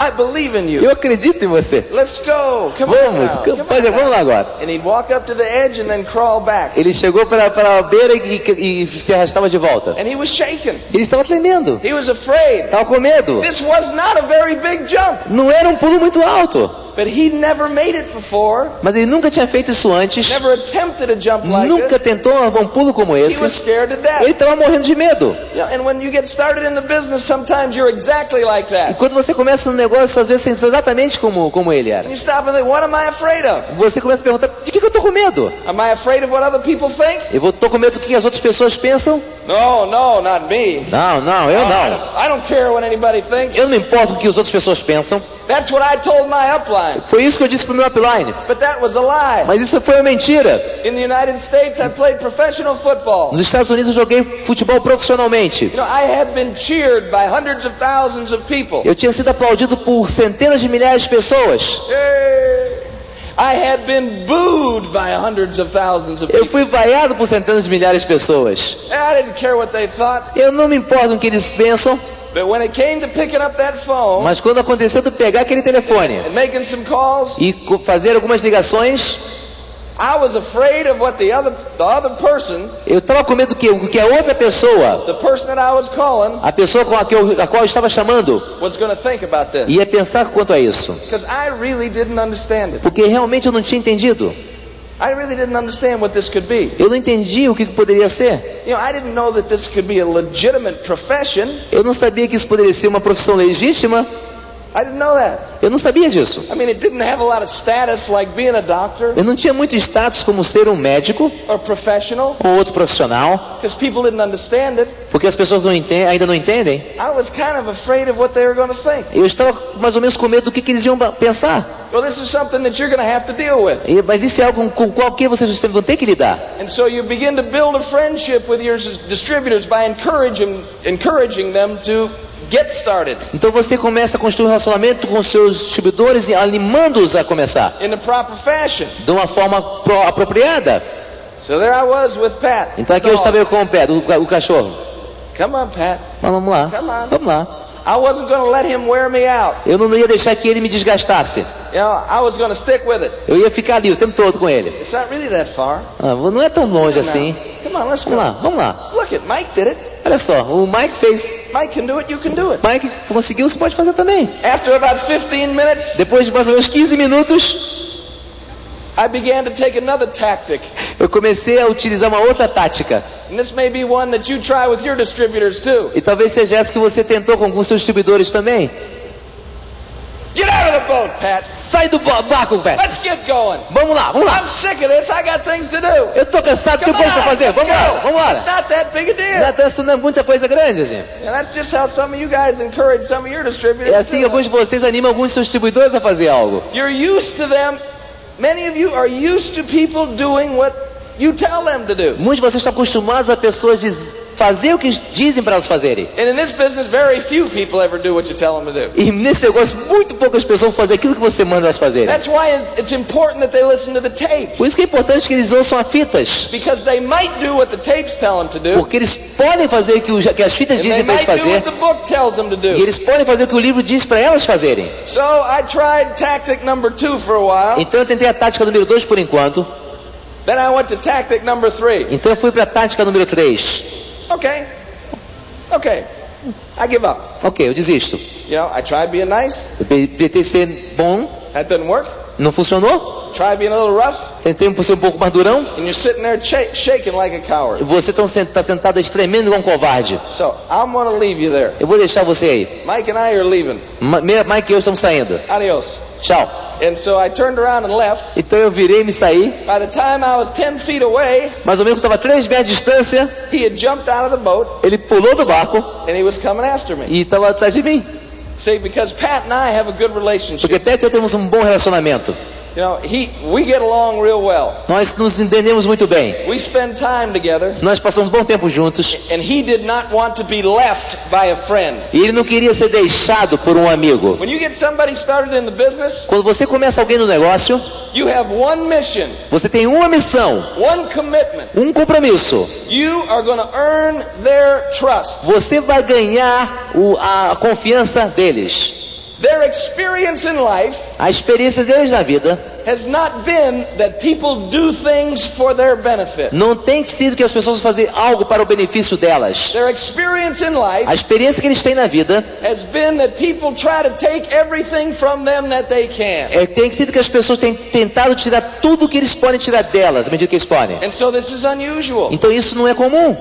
[SPEAKER 2] I believe in you.
[SPEAKER 3] Eu acredito em você.
[SPEAKER 2] Let's go. Come on.
[SPEAKER 3] Vamos,
[SPEAKER 2] now.
[SPEAKER 3] cam-
[SPEAKER 2] Come
[SPEAKER 3] pode,
[SPEAKER 2] on
[SPEAKER 3] vamos
[SPEAKER 2] now.
[SPEAKER 3] lá agora.
[SPEAKER 2] And he'd walk up to the edge and then crawl back.
[SPEAKER 3] Ele chegou para a beira e, e- e se arrastava de volta.
[SPEAKER 2] And he was shaken.
[SPEAKER 3] Ele estava tremendo.
[SPEAKER 2] He was afraid.
[SPEAKER 3] Estava com medo.
[SPEAKER 2] This was not a very big jump,
[SPEAKER 3] Não era um pulo muito alto.
[SPEAKER 2] but he'd never made it before.
[SPEAKER 3] Mas ele nunca tinha feito isso antes.
[SPEAKER 2] Never attempted a jump like
[SPEAKER 3] Nunca tentou um um pulo como
[SPEAKER 2] this. He was
[SPEAKER 3] esse.
[SPEAKER 2] scared to
[SPEAKER 3] Ele
[SPEAKER 2] death.
[SPEAKER 3] estava morrendo de medo.
[SPEAKER 2] You know, and when you get started in the business, sometimes you're exactly like
[SPEAKER 3] E
[SPEAKER 2] that.
[SPEAKER 3] quando você começa um negócio, às vezes você é exatamente como, como ele era.
[SPEAKER 2] And you stop and think, what am I afraid of?
[SPEAKER 3] Você começa a perguntar, de que, que eu tô com medo?
[SPEAKER 2] Am I afraid of what other people think?
[SPEAKER 3] Eu vou, tô com medo do que as outras pessoas pensam?
[SPEAKER 2] No, no, not me.
[SPEAKER 3] Não, não, eu
[SPEAKER 2] I
[SPEAKER 3] não.
[SPEAKER 2] don't- I don't care what anybody thinks.
[SPEAKER 3] Eu não me importo o que as outras pessoas pensam.
[SPEAKER 2] That's what I told my upline.
[SPEAKER 3] Foi isso que eu disse pro meu upline.
[SPEAKER 2] But that was a lie.
[SPEAKER 3] Mas isso foi uma mentira.
[SPEAKER 2] In the United States, I played professional football.
[SPEAKER 3] Nos Estados Unidos eu joguei futebol profissionalmente.
[SPEAKER 2] You know, I had been cheered by hundreds of thousands of people.
[SPEAKER 3] Eu tinha sido aplaudido por centenas de milhares de pessoas.
[SPEAKER 2] Hey. I had been booed by hundreds of thousands of
[SPEAKER 3] Eu
[SPEAKER 2] people.
[SPEAKER 3] fui vaiado por centenas de milhares de pessoas.
[SPEAKER 2] I didn't care what they thought,
[SPEAKER 3] Eu não me importo o que eles pensam,
[SPEAKER 2] but when it came to picking up that phone
[SPEAKER 3] mas quando aconteceu de pegar aquele telefone
[SPEAKER 2] and making some calls,
[SPEAKER 3] e co- fazer algumas ligações,
[SPEAKER 2] I was afraid of what the other the other person,
[SPEAKER 3] eu estava com medo que, que a outra pessoa,
[SPEAKER 2] the person that I was calling,
[SPEAKER 3] a pessoa com a, que eu, a qual eu estava chamando,
[SPEAKER 2] was going to think about this
[SPEAKER 3] ia pensar quanto a isso.
[SPEAKER 2] because I really didn't understand it.
[SPEAKER 3] Porque realmente eu não tinha entendido.
[SPEAKER 2] I really didn't understand what this could be.
[SPEAKER 3] Eu não entendi o que que poderia ser.
[SPEAKER 2] You know, I didn't know that this could be a legitimate profession.
[SPEAKER 3] Eu não sabia que isso poderia ser uma profissão legítima.
[SPEAKER 2] I didn't know that.
[SPEAKER 3] Eu não sabia disso.
[SPEAKER 2] I mean, it didn't have a lot of status like being a doctor
[SPEAKER 3] Eu não tinha muito status como ser um médico
[SPEAKER 2] or professional
[SPEAKER 3] ou outro profissional,
[SPEAKER 2] because people didn't understand it.
[SPEAKER 3] porque as pessoas não enten- ainda não entendem.
[SPEAKER 2] I was kind of afraid of what they were going to think.
[SPEAKER 3] Eu estava mais ou menos com medo do que, que eles iam ba- pensar.
[SPEAKER 2] Well, this is something that you're going to have to deal with.
[SPEAKER 3] E- Mas isso é algo com qualquer vocês vão ter que lidar.
[SPEAKER 2] And so you begin to build a friendship with your s- distributors by encouraging, encouraging them to get started.
[SPEAKER 3] Então você começa a construir um relacionamento com seus distribuidores e animando-os a começar
[SPEAKER 2] In the proper fashion.
[SPEAKER 3] de uma forma pro- apropriada.
[SPEAKER 2] So there I was with Pat.
[SPEAKER 3] Então aqui eu estava eu com o pé, o, ca- o cachorro.
[SPEAKER 2] Come on, Pat.
[SPEAKER 3] Mas vamos
[SPEAKER 2] Come
[SPEAKER 3] Tá lá, né?
[SPEAKER 2] on.
[SPEAKER 3] vamos lá.
[SPEAKER 2] I wasn't going to let him wear me out.
[SPEAKER 3] Eu não ia deixar que ele me desgastasse.
[SPEAKER 2] You know, I was going to stick with it.
[SPEAKER 3] Eu ia ficar ali o tempo todo com ele.
[SPEAKER 2] It's not really that far.
[SPEAKER 3] Ah, não é tão longe assim.
[SPEAKER 2] Now, come on, let's go.
[SPEAKER 3] Vamos lá, vamos lá.
[SPEAKER 2] Look it, Mike did it.
[SPEAKER 3] Olha só, o Mike fez.
[SPEAKER 2] Mike can do it, you can do it.
[SPEAKER 3] Mike é conseguiu, você pode fazer também.
[SPEAKER 2] After about 15 minutes,
[SPEAKER 3] Depois de mais ou menos 15 minutos,
[SPEAKER 2] I began to take another tactic.
[SPEAKER 3] eu comecei a utilizar uma outra tática.
[SPEAKER 2] And this may be one that you try with your distributors too.
[SPEAKER 3] E talvez seja essa que você tentou com alguns seus distribuidores também.
[SPEAKER 2] Get out of the boat, Pat.
[SPEAKER 3] Sai do ba- barco, velho.
[SPEAKER 2] Let's get going.
[SPEAKER 3] Vamos lá, vamos lá.
[SPEAKER 2] I'm sick of this. I got things to do.
[SPEAKER 3] Eu tô cansado, tem
[SPEAKER 2] Come
[SPEAKER 3] coisa pra
[SPEAKER 2] on,
[SPEAKER 3] fazer.
[SPEAKER 2] let's
[SPEAKER 3] Vamos lá,
[SPEAKER 2] go.
[SPEAKER 3] vamos
[SPEAKER 2] It's
[SPEAKER 3] lá.
[SPEAKER 2] not that big a
[SPEAKER 3] Já
[SPEAKER 2] deal.
[SPEAKER 3] tá assinando muita coisa grande, assim.
[SPEAKER 2] And that's just how some of you guys encourage some of your distributors.
[SPEAKER 3] É
[SPEAKER 2] to
[SPEAKER 3] assim que
[SPEAKER 2] do
[SPEAKER 3] alguns de vocês animam alguns de seus distribuidores a fazer algo.
[SPEAKER 2] it. You're used to them. Many of you are used to people doing what you tell them to do.
[SPEAKER 3] Muitos de vocês estão acostumados a pessoas diz, fazer o que dizem para elas fazerem.
[SPEAKER 2] And in this business, very few people ever do what you tell them to do.
[SPEAKER 3] E nesse negócio, muito poucas pessoas vão fazer aquilo que você manda elas fazerem.
[SPEAKER 2] That's why it- it's important that they listen to the tapes.
[SPEAKER 3] Por isso que é importante que eles ouçam as fitas.
[SPEAKER 2] Because they might do what the tapes tell them to do.
[SPEAKER 3] Porque eles podem fazer o que, os- que as fitas
[SPEAKER 2] And they
[SPEAKER 3] dizem para eles
[SPEAKER 2] might do
[SPEAKER 3] fazer.
[SPEAKER 2] what the book tells them to
[SPEAKER 3] E
[SPEAKER 2] do.
[SPEAKER 3] eles podem fazer o que o livro diz para elas fazerem.
[SPEAKER 2] So I tried tactic number two for a while.
[SPEAKER 3] Então eu tentei a tática número 2 por enquanto.
[SPEAKER 2] Then I went to tactic number three.
[SPEAKER 3] Então eu fui para a tática número 3.
[SPEAKER 2] Okay. Okay. I give up.
[SPEAKER 3] Ok, eu desisto.
[SPEAKER 2] You know, I tried being nice.
[SPEAKER 3] Eu pe- tentei ser bom,
[SPEAKER 2] That didn't work.
[SPEAKER 3] não funcionou.
[SPEAKER 2] Try being a little rough,
[SPEAKER 3] Tem tempo para ser um pouco mais durão?
[SPEAKER 2] and you're sitting there cha- shaking like a
[SPEAKER 3] E
[SPEAKER 2] coward.
[SPEAKER 3] Você está sentado aí tremendo como um covarde.
[SPEAKER 2] So I'm going to leave you there.
[SPEAKER 3] Eu vou deixar você aí.
[SPEAKER 2] Mike and I are leaving.
[SPEAKER 3] Ma- Me- Mike e eu estamos saindo.
[SPEAKER 2] Adios.
[SPEAKER 3] Tchau.
[SPEAKER 2] And so I turned around and left.
[SPEAKER 3] Então eu virei e me saí.
[SPEAKER 2] By the time I was 10 feet away,
[SPEAKER 3] Mais ou menos estava três metros de distância.
[SPEAKER 2] he had jumped out of the boat
[SPEAKER 3] Ele pulou do barco
[SPEAKER 2] and he was coming after me.
[SPEAKER 3] e estava atrás de mim.
[SPEAKER 2] See, because Pat and I have a good relationship.
[SPEAKER 3] Porque Pet e eu temos um bom relacionamento.
[SPEAKER 2] You know, he we get along real well.
[SPEAKER 3] Nós nos entendemos muito bem.
[SPEAKER 2] We spend time together,
[SPEAKER 3] Nós passamos bom tempo juntos.
[SPEAKER 2] and he did not want to be left by a friend.
[SPEAKER 3] E ele não queria ser deixado por um amigo.
[SPEAKER 2] When you get somebody started in the business,
[SPEAKER 3] Quando você começa alguém no negócio,
[SPEAKER 2] you have one mission,
[SPEAKER 3] você tem uma missão,
[SPEAKER 2] one commitment.
[SPEAKER 3] um compromisso.
[SPEAKER 2] You are going to earn their trust.
[SPEAKER 3] Você vai ganhar o- a confiança deles.
[SPEAKER 2] Their experience in life
[SPEAKER 3] A experiência deles na vida
[SPEAKER 2] has not been that people do things for their benefit.
[SPEAKER 3] não tem que ser que as pessoas fazem algo para o benefício delas.
[SPEAKER 2] Their experience in
[SPEAKER 3] A
[SPEAKER 2] life
[SPEAKER 3] experiência que eles têm na vida
[SPEAKER 2] has been that people try to take everything from them that they can.
[SPEAKER 3] é, tem que ser que as pessoas têm tentado tirar tudo o que eles podem tirar delas, à medida que eles podem.
[SPEAKER 2] And so this is unusual.
[SPEAKER 3] Então isso não é comum.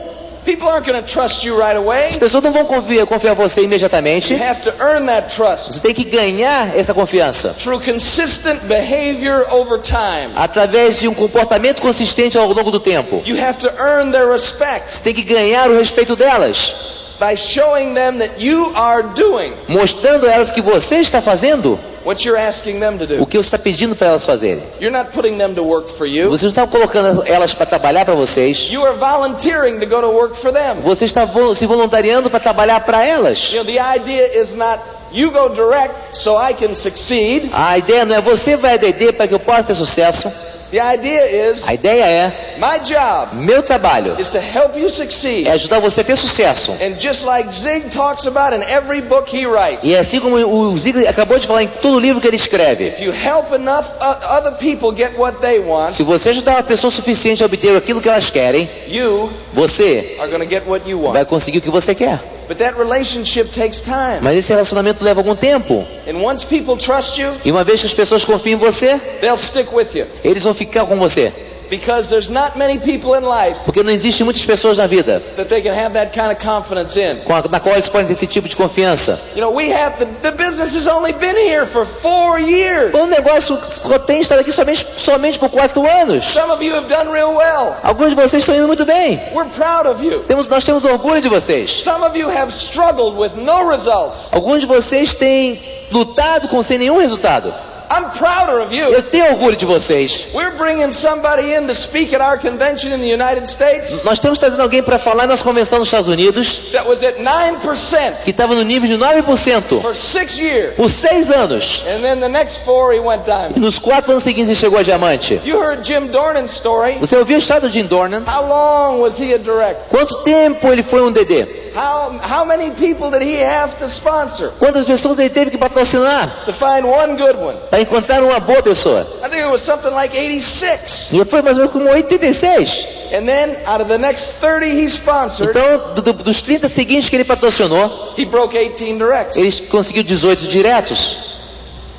[SPEAKER 2] People aren't going to trust you right away.
[SPEAKER 3] As pessoas não vão confiar, confiar em você imediatamente.
[SPEAKER 2] You have to earn that trust
[SPEAKER 3] Você tem que ganhar essa confiança
[SPEAKER 2] through consistent behavior over time.
[SPEAKER 3] através de um comportamento consistente ao longo do tempo.
[SPEAKER 2] You have to earn their respect
[SPEAKER 3] Você tem que ganhar o respeito delas,
[SPEAKER 2] by showing them that you are doing
[SPEAKER 3] mostrando a elas que você está fazendo
[SPEAKER 2] what you're asking them to
[SPEAKER 3] o
[SPEAKER 2] do.
[SPEAKER 3] que você está pedindo para elas fazerem.
[SPEAKER 2] You're not putting them to work for you.
[SPEAKER 3] Você não está colocando elas para trabalhar para vocês.
[SPEAKER 2] You are volunteering to go to work for them.
[SPEAKER 3] Você está vo- se voluntariando para trabalhar para elas.
[SPEAKER 2] You know, the idea is not you go direct so I can succeed.
[SPEAKER 3] A ideia não é você vai ADD para que eu possa ter sucesso.
[SPEAKER 2] The idea is
[SPEAKER 3] A ideia é
[SPEAKER 2] my job
[SPEAKER 3] meu trabalho
[SPEAKER 2] is to help you succeed.
[SPEAKER 3] é ajudar você a ter sucesso.
[SPEAKER 2] And just like Zig talks about in every book he writes,
[SPEAKER 3] E assim como o Ziegler acabou de falar em todo livro que ele escreve,
[SPEAKER 2] if you help enough o- other people get what they want,
[SPEAKER 3] Se você ajudar uma pessoa suficiente a obter aquilo que elas querem,
[SPEAKER 2] you
[SPEAKER 3] você
[SPEAKER 2] are going to get what you
[SPEAKER 3] vai
[SPEAKER 2] want.
[SPEAKER 3] conseguir o que você quer.
[SPEAKER 2] But that relationship takes time.
[SPEAKER 3] Mas esse relacionamento leva algum tempo.
[SPEAKER 2] And once people trust you,
[SPEAKER 3] E uma vez que as pessoas confiam em você,
[SPEAKER 2] they'll stick with you
[SPEAKER 3] eles vão ficar com você.
[SPEAKER 2] because there's not many people in life
[SPEAKER 3] Porque não existe muitas pessoas na vida
[SPEAKER 2] that they can have that kind of confidence in.
[SPEAKER 3] com a, na qual eles podem ter esse tipo de confiança.
[SPEAKER 2] You know, we have the, the business has only been here for 4 years.
[SPEAKER 3] O Um negócio só tem estado aqui somente, somente por quatro anos.
[SPEAKER 2] Some of you have done real well.
[SPEAKER 3] Alguns de vocês estão indo muito bem.
[SPEAKER 2] We're proud of you.
[SPEAKER 3] Temos, nós temos orgulho de vocês.
[SPEAKER 2] Some of you have struggled with no results.
[SPEAKER 3] Alguns de vocês têm lutado com sem nenhum resultado.
[SPEAKER 2] I'm prouder of you.
[SPEAKER 3] Eu tenho orgulho de vocês.
[SPEAKER 2] We're bringing somebody in to speak at our convention in the United States
[SPEAKER 3] Nós estamos trazendo alguém para falar na nossa convenção nos Estados Unidos.
[SPEAKER 2] that was at 9%
[SPEAKER 3] que estava no nível de 9%
[SPEAKER 2] for six years.
[SPEAKER 3] por seis anos.
[SPEAKER 2] And then the next four, he went
[SPEAKER 3] E
[SPEAKER 2] diamond.
[SPEAKER 3] nos quatro anos seguintes ele chegou a diamante.
[SPEAKER 2] You heard Jim Dornan's story.
[SPEAKER 3] Você ouviu o estado de Dornan?
[SPEAKER 2] How long was he a direct?
[SPEAKER 3] Quanto tempo ele foi um DD?
[SPEAKER 2] How, how many people did he have to sponsor
[SPEAKER 3] Quantas pessoas ele teve que patrocinar
[SPEAKER 2] to find one good one?
[SPEAKER 3] para encontrar uma boa pessoa?
[SPEAKER 2] I think it was something like 86.
[SPEAKER 3] E foi mais ou menos como 86.
[SPEAKER 2] And then out of the next 30 he sponsored,
[SPEAKER 3] Então, do- do- dos 30 seguintes que ele patrocinou,
[SPEAKER 2] he broke 18 directs.
[SPEAKER 3] ele conseguiu 18 diretos.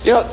[SPEAKER 2] You know,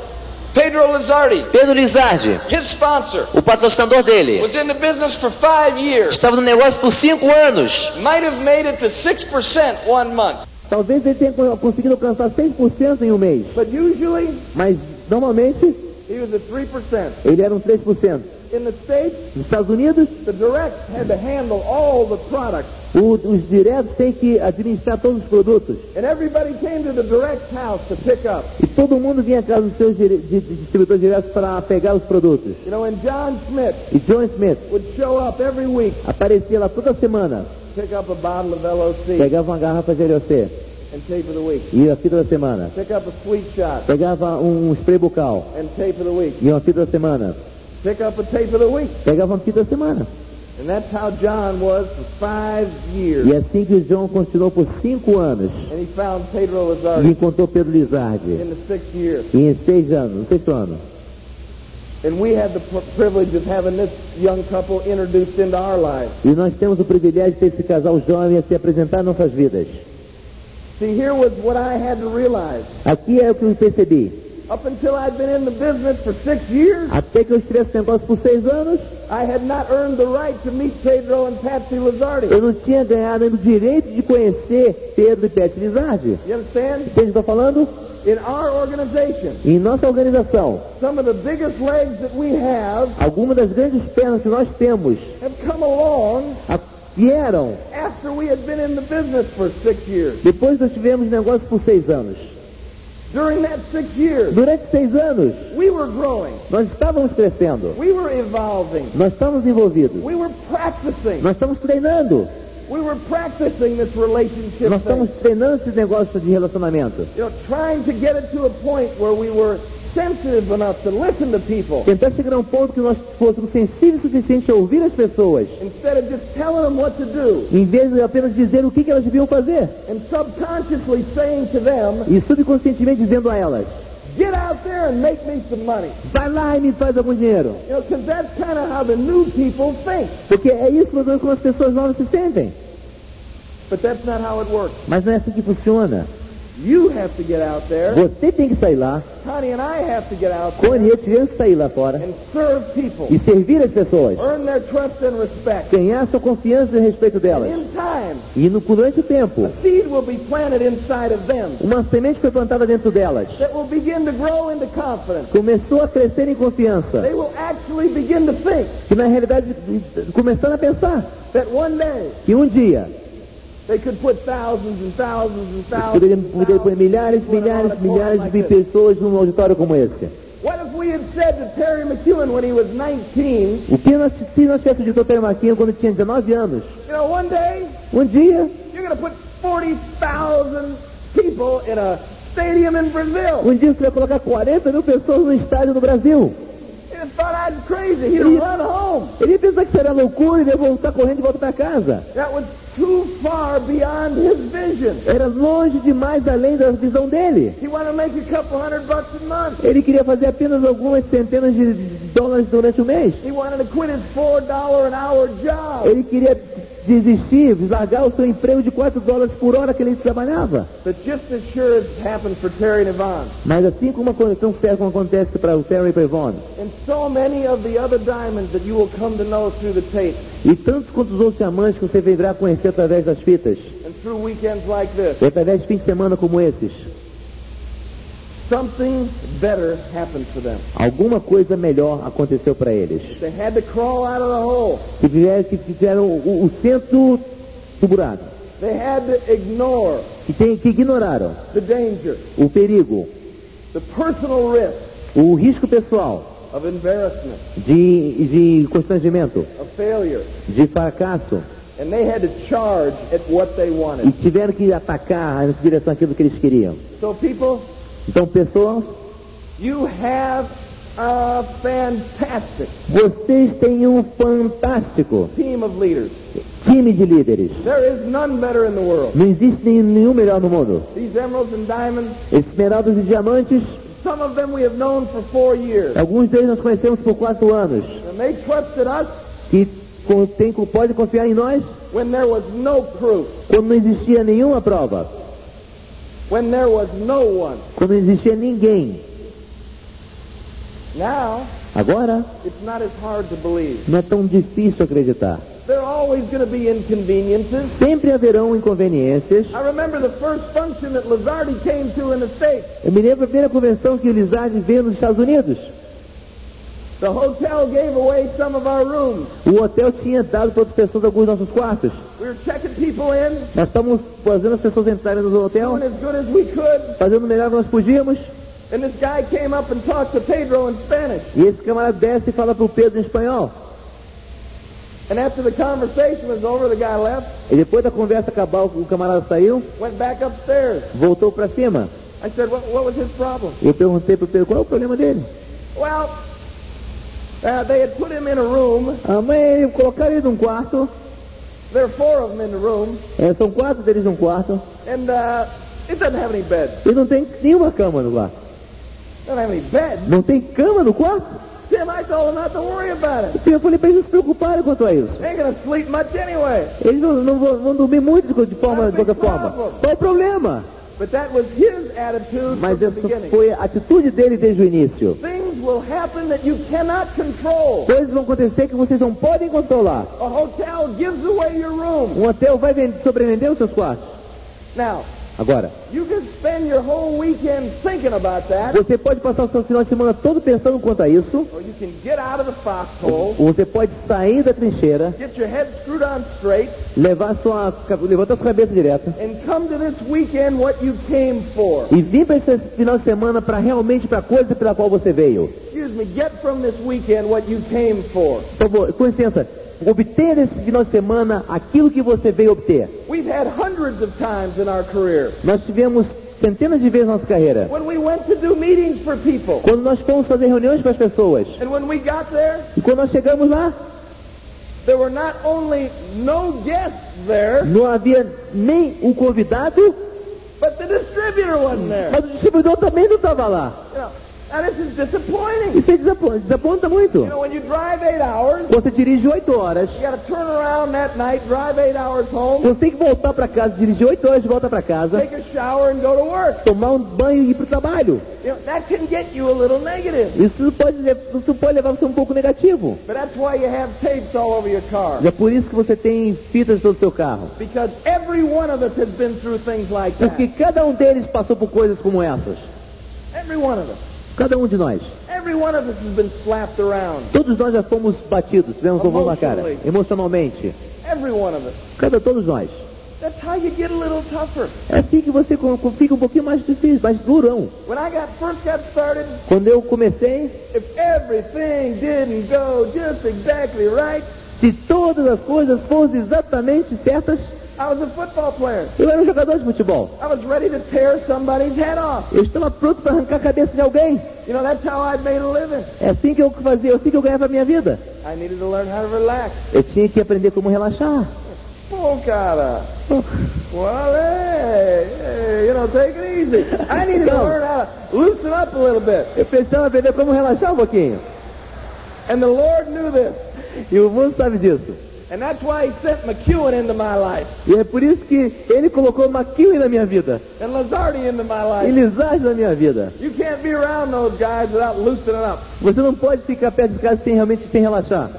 [SPEAKER 2] Pedro Lizardi,
[SPEAKER 3] Pedro Lizardi,
[SPEAKER 2] his sponsor,
[SPEAKER 3] o patrocinador dele,
[SPEAKER 2] was in the business for five years.
[SPEAKER 3] estava no negócio por cinco anos.
[SPEAKER 2] Might have made it to 6% one month.
[SPEAKER 3] Talvez ele tenha conseguido alcançar 100% em um mês.
[SPEAKER 2] But usually
[SPEAKER 3] Mas, normalmente,
[SPEAKER 2] he was at 3%.
[SPEAKER 3] ele era uns 3%.
[SPEAKER 2] In the States,
[SPEAKER 3] Nos Estados Unidos,
[SPEAKER 2] the directs had to handle all the products.
[SPEAKER 3] o- os diretos têm que administrar todos os produtos.
[SPEAKER 2] And everybody came to the direct house to pick up.
[SPEAKER 3] E todo mundo vinha atrás dos seus dire- de, de distribuidores diretos para pegar os produtos.
[SPEAKER 2] You know, and John Smith
[SPEAKER 3] E John Smith
[SPEAKER 2] would show up every week,
[SPEAKER 3] aparecia lá toda semana,
[SPEAKER 2] pick up a bottle of LOC
[SPEAKER 3] pegava uma garrafa de LOC
[SPEAKER 2] and tape for the week.
[SPEAKER 3] e a fita da semana.
[SPEAKER 2] Pick up a sweet shot
[SPEAKER 3] Pegava um spray bucal
[SPEAKER 2] and tape for the week.
[SPEAKER 3] e uma fita da semana.
[SPEAKER 2] Pick up a tape of the week.
[SPEAKER 3] Pegava uma fita da semana.
[SPEAKER 2] And that's how John was for five years.
[SPEAKER 3] E assim que o John continuou por cinco anos,
[SPEAKER 2] And he found Pedro
[SPEAKER 3] e
[SPEAKER 2] Lazardi
[SPEAKER 3] encontrou Pedro Lizardi.
[SPEAKER 2] in the sixth year.
[SPEAKER 3] Em seis anos, no sexto ano.
[SPEAKER 2] And we had the pr- privilege of having this young couple introduced into our lives.
[SPEAKER 3] E nós temos o privilégio de ter esse casal jovem a se apresentar em nossas vidas.
[SPEAKER 2] See, here was what I had to realize.
[SPEAKER 3] Aqui é o que eu percebi.
[SPEAKER 2] Up until I'd been in the business for six years,
[SPEAKER 4] Até que eu estivesse no negócio por seis anos,
[SPEAKER 2] I had not earned the right to meet Pedro and Patsy Lizardi.
[SPEAKER 4] eu não tinha ganhado ainda o direito de conhecer Pedro e Pet Lizardi.
[SPEAKER 2] You understand?
[SPEAKER 4] Entende o que eu estou falando?
[SPEAKER 2] In our organization,
[SPEAKER 4] Em nossa organização,
[SPEAKER 2] some of the biggest legs that we have
[SPEAKER 4] algumas das grandes pernas que nós temos
[SPEAKER 2] have come along
[SPEAKER 4] a- vieram
[SPEAKER 2] after we had been in the business for six years.
[SPEAKER 4] depois que nós tivemos negócio por seis anos.
[SPEAKER 2] During that six years,
[SPEAKER 4] Durante seis anos,
[SPEAKER 2] we were growing,
[SPEAKER 4] nós estávamos crescendo,
[SPEAKER 2] we were evolving,
[SPEAKER 4] nós estávamos envolvidos,
[SPEAKER 2] we were practicing,
[SPEAKER 4] nós estamos treinando,
[SPEAKER 2] we were practicing this relationship
[SPEAKER 4] nós
[SPEAKER 2] thing.
[SPEAKER 4] estamos treinando esse negócio de relacionamento.
[SPEAKER 2] You know, trying to get it to a point where we were sensitive enough to listen to people
[SPEAKER 4] Tentar chegar a um ponto que nós fôssemos sensíveis o suficiente a ouvir as pessoas,
[SPEAKER 2] instead of just telling them what to do
[SPEAKER 4] em vez de apenas dizer o que que elas deviam fazer,
[SPEAKER 2] and subconsciously saying to them,
[SPEAKER 4] e subconscientemente dizendo a elas,
[SPEAKER 2] get out there and make me some money.
[SPEAKER 4] vai lá e me faz algum dinheiro.
[SPEAKER 2] You know, because that's kind of how the new people think.
[SPEAKER 4] Porque é isso mais ou menos como as pessoas novas se sentem.
[SPEAKER 2] But that's not how it works.
[SPEAKER 4] Mas não é assim que funciona.
[SPEAKER 2] You have to get out there.
[SPEAKER 4] Você tem que sair lá,
[SPEAKER 2] Connie and I have to get out there
[SPEAKER 4] Connie, eu tivemos que sair lá fora
[SPEAKER 2] and serve people,
[SPEAKER 4] e servir as pessoas,
[SPEAKER 2] earn their trust and respect.
[SPEAKER 4] ganhar sua confiança a respeito
[SPEAKER 2] And
[SPEAKER 4] delas.
[SPEAKER 2] in time,
[SPEAKER 4] E no, durante o tempo,
[SPEAKER 2] seed will be planted inside of them
[SPEAKER 4] uma semente foi plantada dentro delas.
[SPEAKER 2] that will begin to grow into confidence.
[SPEAKER 4] Começou a crescer em confiança.
[SPEAKER 2] They will actually begin to think
[SPEAKER 4] Que na realidade, de- começando a pensar
[SPEAKER 2] that one day
[SPEAKER 4] que um dia
[SPEAKER 2] they could put thousands and thousands and thousands.
[SPEAKER 4] poderíamos
[SPEAKER 2] and
[SPEAKER 4] poder pôr
[SPEAKER 2] thousands
[SPEAKER 4] milhares,
[SPEAKER 2] of people in a
[SPEAKER 4] milhares,
[SPEAKER 2] auditorium
[SPEAKER 4] milhares
[SPEAKER 2] like
[SPEAKER 4] de
[SPEAKER 2] this.
[SPEAKER 4] pessoas num auditório como esse.
[SPEAKER 2] What if we had said to Terry McEwen when he was 19,
[SPEAKER 4] O que nós, se nós tivéssemos dito ao Pedro Marquinhos quando tinha 19 anos?
[SPEAKER 2] you know, one day
[SPEAKER 4] Um dia,
[SPEAKER 2] you're going to put 40,000 people in a stadium in Brazil?
[SPEAKER 4] um dia você vai colocar 40 mil pessoas no estádio do Brasil.
[SPEAKER 2] He'd have thought I'd crazy. He'd have run home.
[SPEAKER 4] Ele ia pensar que seria loucura e ia voltar correndo de volta pra casa.
[SPEAKER 2] That was too far beyond his vision.
[SPEAKER 4] Era longe demais além da visão dele.
[SPEAKER 2] He wanted to make a couple hundred bucks a month.
[SPEAKER 4] Ele queria fazer apenas algumas centenas de dólares durante o mês.
[SPEAKER 2] He wanted to quit his $4 an hour job.
[SPEAKER 4] Ele queria desistir, largar o seu emprego de 4 dólares por hora que ele trabalhava.
[SPEAKER 2] But just as sure as happened for Terry and Yvonne,
[SPEAKER 4] Mas assim como acontece, como acontece para o Terry Prevon,
[SPEAKER 2] and so many of the other diamonds that you will come to know through the tape
[SPEAKER 4] e tantos quantos outros diamantes que você virá conhecer através das fitas,
[SPEAKER 2] and through weekends like this,
[SPEAKER 4] e através de fins de semana como esses,
[SPEAKER 2] something better happened for them.
[SPEAKER 4] alguma coisa melhor aconteceu para eles.
[SPEAKER 2] They had to crawl out of the hole.
[SPEAKER 4] Que tiveram, que fizeram o, o centro do buraco.
[SPEAKER 2] They had to ignore
[SPEAKER 4] que, tem, que ignoraram
[SPEAKER 2] the danger,
[SPEAKER 4] o perigo,
[SPEAKER 2] the personal risk
[SPEAKER 4] o risco pessoal
[SPEAKER 2] of embarrassment,
[SPEAKER 4] de, de constrangimento,
[SPEAKER 2] of failure,
[SPEAKER 4] de fracasso,
[SPEAKER 2] and they had to charge at what they
[SPEAKER 4] e
[SPEAKER 2] wanted.
[SPEAKER 4] tiveram que atacar nessa direção aquilo que eles queriam.
[SPEAKER 2] So people,
[SPEAKER 4] Então, pessoal,
[SPEAKER 2] you have a fantastic
[SPEAKER 4] vocês têm um fantástico
[SPEAKER 2] team of leaders.
[SPEAKER 4] time de líderes.
[SPEAKER 2] There is none better in the world.
[SPEAKER 4] Não existe nenhum, nenhum melhor no mundo.
[SPEAKER 2] These emeralds and diamonds,
[SPEAKER 4] Esmeraldas e diamantes,
[SPEAKER 2] some of them we have known for four years.
[SPEAKER 4] alguns deles nós conhecemos por quatro anos,
[SPEAKER 2] And they trusted us
[SPEAKER 4] que con- tem, pode confiar em nós
[SPEAKER 2] when there was no proof,
[SPEAKER 4] quando não existia nenhuma prova,
[SPEAKER 2] when there was no one.
[SPEAKER 4] quando não existia ninguém.
[SPEAKER 2] Now,
[SPEAKER 4] Agora,
[SPEAKER 2] it's not as hard to believe.
[SPEAKER 4] não é tão difícil acreditar.
[SPEAKER 2] There are always going to be inconveniences.
[SPEAKER 4] Sempre haverão inconveniências.
[SPEAKER 2] I remember the first function that Lazardi came to in the States.
[SPEAKER 4] Eu me lembro da primeira convenção que o Lizardi veio nos Estados Unidos.
[SPEAKER 2] The hotel gave away some of our rooms.
[SPEAKER 4] O hotel tinha dado para outras pessoas alguns nossos quartos.
[SPEAKER 2] We were checking people in,
[SPEAKER 4] Nós estávamos fazendo as pessoas entrarem no hotel,
[SPEAKER 2] doing as good as we could,
[SPEAKER 4] fazendo o melhor que nós podíamos.
[SPEAKER 2] and this guy came up and talked to Pedro in Spanish.
[SPEAKER 4] E esse camarada desce e fala para o Pedro em espanhol.
[SPEAKER 2] And after the conversation was over, the guy left,
[SPEAKER 4] E depois da conversa acabar, o camarada saiu,
[SPEAKER 2] went back upstairs.
[SPEAKER 4] voltou para cima.
[SPEAKER 2] I said, what, what was his problem?
[SPEAKER 4] Eu perguntei para o Pedro qual é o problema dele.
[SPEAKER 2] Well, uh, they had put him in a room.
[SPEAKER 4] A "Ah, mãe colocaram ele num quarto,
[SPEAKER 2] There are four of them in the room,
[SPEAKER 4] é, são quatro deles num quarto,
[SPEAKER 2] and uh, it doesn't have any bed.
[SPEAKER 4] e não tem nenhuma cama no quarto.
[SPEAKER 2] Doesn't have any bed.
[SPEAKER 4] Não tem cama no quarto?
[SPEAKER 2] Tim, I told him not to worry about it.
[SPEAKER 4] Eu falei para eles não se preocuparem quanto a isso.
[SPEAKER 2] They ain't gonna sleep much anyway.
[SPEAKER 4] Eles não, não vão, vão dormir muito de, de forma, de qualquer forma. Qual é o problema?
[SPEAKER 5] But that was his attitude from
[SPEAKER 4] Mas
[SPEAKER 5] the
[SPEAKER 4] essa
[SPEAKER 5] beginning.
[SPEAKER 4] foi a atitude dele desde o início.
[SPEAKER 5] Things will happen that you cannot control.
[SPEAKER 4] Coisas vão acontecer que vocês não podem controlar.
[SPEAKER 5] A hotel gives away your room.
[SPEAKER 4] Um hotel vai vend- sobrevender os seus quartos.
[SPEAKER 5] Now,
[SPEAKER 4] Agora,
[SPEAKER 5] you can spend your whole weekend thinking about that,
[SPEAKER 4] você pode passar o seu final de semana todo pensando quanto a isso,
[SPEAKER 5] or you can get out of the foxhole,
[SPEAKER 4] ou você pode sair da trincheira,
[SPEAKER 5] get your head screwed on straight,
[SPEAKER 4] levar sua, ca- levantar sua cabeça direta
[SPEAKER 5] and come to this weekend what you came for.
[SPEAKER 4] e vir para esse final de semana para realmente para a coisa pela qual você veio.
[SPEAKER 5] Excuse me, get from this weekend what you came for.
[SPEAKER 4] Por favor, com licença, obtenha nesse final de semana aquilo que você veio obter.
[SPEAKER 5] We've had hundreds of times in our career
[SPEAKER 4] Nós tivemos centenas de vezes na nossa carreira.
[SPEAKER 5] when we went to do meetings for people.
[SPEAKER 4] Quando nós fomos fazer reuniões com as pessoas,
[SPEAKER 5] And when we got there,
[SPEAKER 4] e quando nós chegamos lá,
[SPEAKER 5] there were not only no guests there,
[SPEAKER 4] não havia nem o convidado,
[SPEAKER 5] but the distributor wasn't there.
[SPEAKER 4] mas o distribuidor também não estava lá.
[SPEAKER 5] You know, now this is disappointing.
[SPEAKER 4] Isso é desaponta, desaponta muito.
[SPEAKER 5] You know, when you drive eight hours,
[SPEAKER 4] Você dirige oito horas,
[SPEAKER 5] you got to turn around that night, drive eight hours home,
[SPEAKER 4] você tem que voltar para casa, dirigir oito horas de volta para casa,
[SPEAKER 5] take a shower, and go to work.
[SPEAKER 4] tomar um banho e ir para o trabalho.
[SPEAKER 5] You know, that can get you a little negative.
[SPEAKER 4] Isso pode, le- isso pode levar você um pouco negativo.
[SPEAKER 5] But that's why you have tapes all over your car.
[SPEAKER 4] E é por isso que você tem fitas todo o seu carro.
[SPEAKER 5] Because every one of us has been through things like
[SPEAKER 4] Porque
[SPEAKER 5] that.
[SPEAKER 4] cada um deles passou por coisas como essas.
[SPEAKER 5] Every one of us.
[SPEAKER 4] Cada um de nós.
[SPEAKER 5] Every one of us has been slapped around.
[SPEAKER 4] Todos nós já fomos batidos, tivemos um na cara,
[SPEAKER 5] Emotionally.
[SPEAKER 4] emocionalmente.
[SPEAKER 5] Every one of us.
[SPEAKER 4] Cada todos nós.
[SPEAKER 5] That's how you get a little tougher.
[SPEAKER 4] É assim que você co- co- fica um pouquinho mais difícil, mais durão.
[SPEAKER 5] When I got first got started,
[SPEAKER 4] Quando eu comecei,
[SPEAKER 5] if everything didn't go just exactly right,
[SPEAKER 4] se todas as coisas fossem exatamente certas,
[SPEAKER 5] I was a football player.
[SPEAKER 4] eu era um jogador de futebol.
[SPEAKER 5] I was ready to tear somebody's head off.
[SPEAKER 4] Eu estava pronto para arrancar a cabeça de alguém.
[SPEAKER 5] You know, that's how I made a living.
[SPEAKER 4] É assim que eu fazia, é assim que eu ganhava a minha vida.
[SPEAKER 5] I needed to learn how to relax.
[SPEAKER 4] Eu tinha que aprender como relaxar.
[SPEAKER 5] Pô, cara. Well, hey, hey, you know, take it easy. I needed to
[SPEAKER 4] Go.
[SPEAKER 5] learn how to loosen up a little bit.
[SPEAKER 4] Eu precisava aprender como relaxar um pouquinho.
[SPEAKER 5] And the Lord knew this.
[SPEAKER 4] E o mundo sabe disso.
[SPEAKER 5] And that's why he sent McEwen into my life
[SPEAKER 4] E é por isso que ele colocou McKinley na minha vida.
[SPEAKER 5] and Lazardi into my
[SPEAKER 4] E
[SPEAKER 5] life.
[SPEAKER 4] Lizard na minha vida.
[SPEAKER 5] You can't be around those guys without loosening up.
[SPEAKER 4] Você não pode ficar perto de casa sem realmente sem relaxar.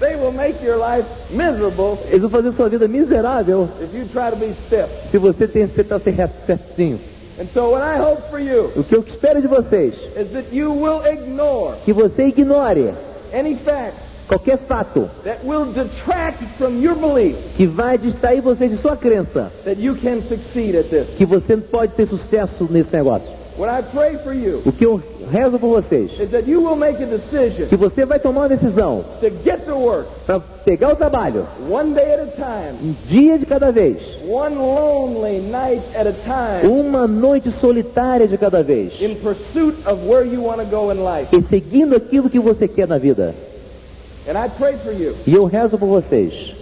[SPEAKER 5] They will make your life miserable
[SPEAKER 4] Eles vão fazer sua vida miserável
[SPEAKER 5] if you try to be stiff.
[SPEAKER 4] se você tem que estar sem reto- certinho.
[SPEAKER 5] And so what I hope for you
[SPEAKER 4] O que eu espero de vocês,
[SPEAKER 5] is that you will ignore
[SPEAKER 4] que você ignore
[SPEAKER 5] any fact
[SPEAKER 4] qualquer fato
[SPEAKER 5] that will detract from your belief
[SPEAKER 4] que vai distrair vocês de sua crença
[SPEAKER 5] that you can succeed at this.
[SPEAKER 4] que você pode ter sucesso nesse negócio.
[SPEAKER 5] What I pray for you
[SPEAKER 4] O que eu rezo por vocês,
[SPEAKER 5] is that you will make a decision
[SPEAKER 4] que você vai tomar uma decisão
[SPEAKER 5] to get to work
[SPEAKER 4] para pegar o trabalho
[SPEAKER 5] one day at a time,
[SPEAKER 4] um dia de cada vez,
[SPEAKER 5] one lonely night at a time,
[SPEAKER 4] uma noite solitária de cada vez.
[SPEAKER 5] in pursuit of where you want to go in life.
[SPEAKER 4] e seguindo aquilo que você quer na vida.
[SPEAKER 5] And I pray for you.
[SPEAKER 4] E eu rezo por vocês.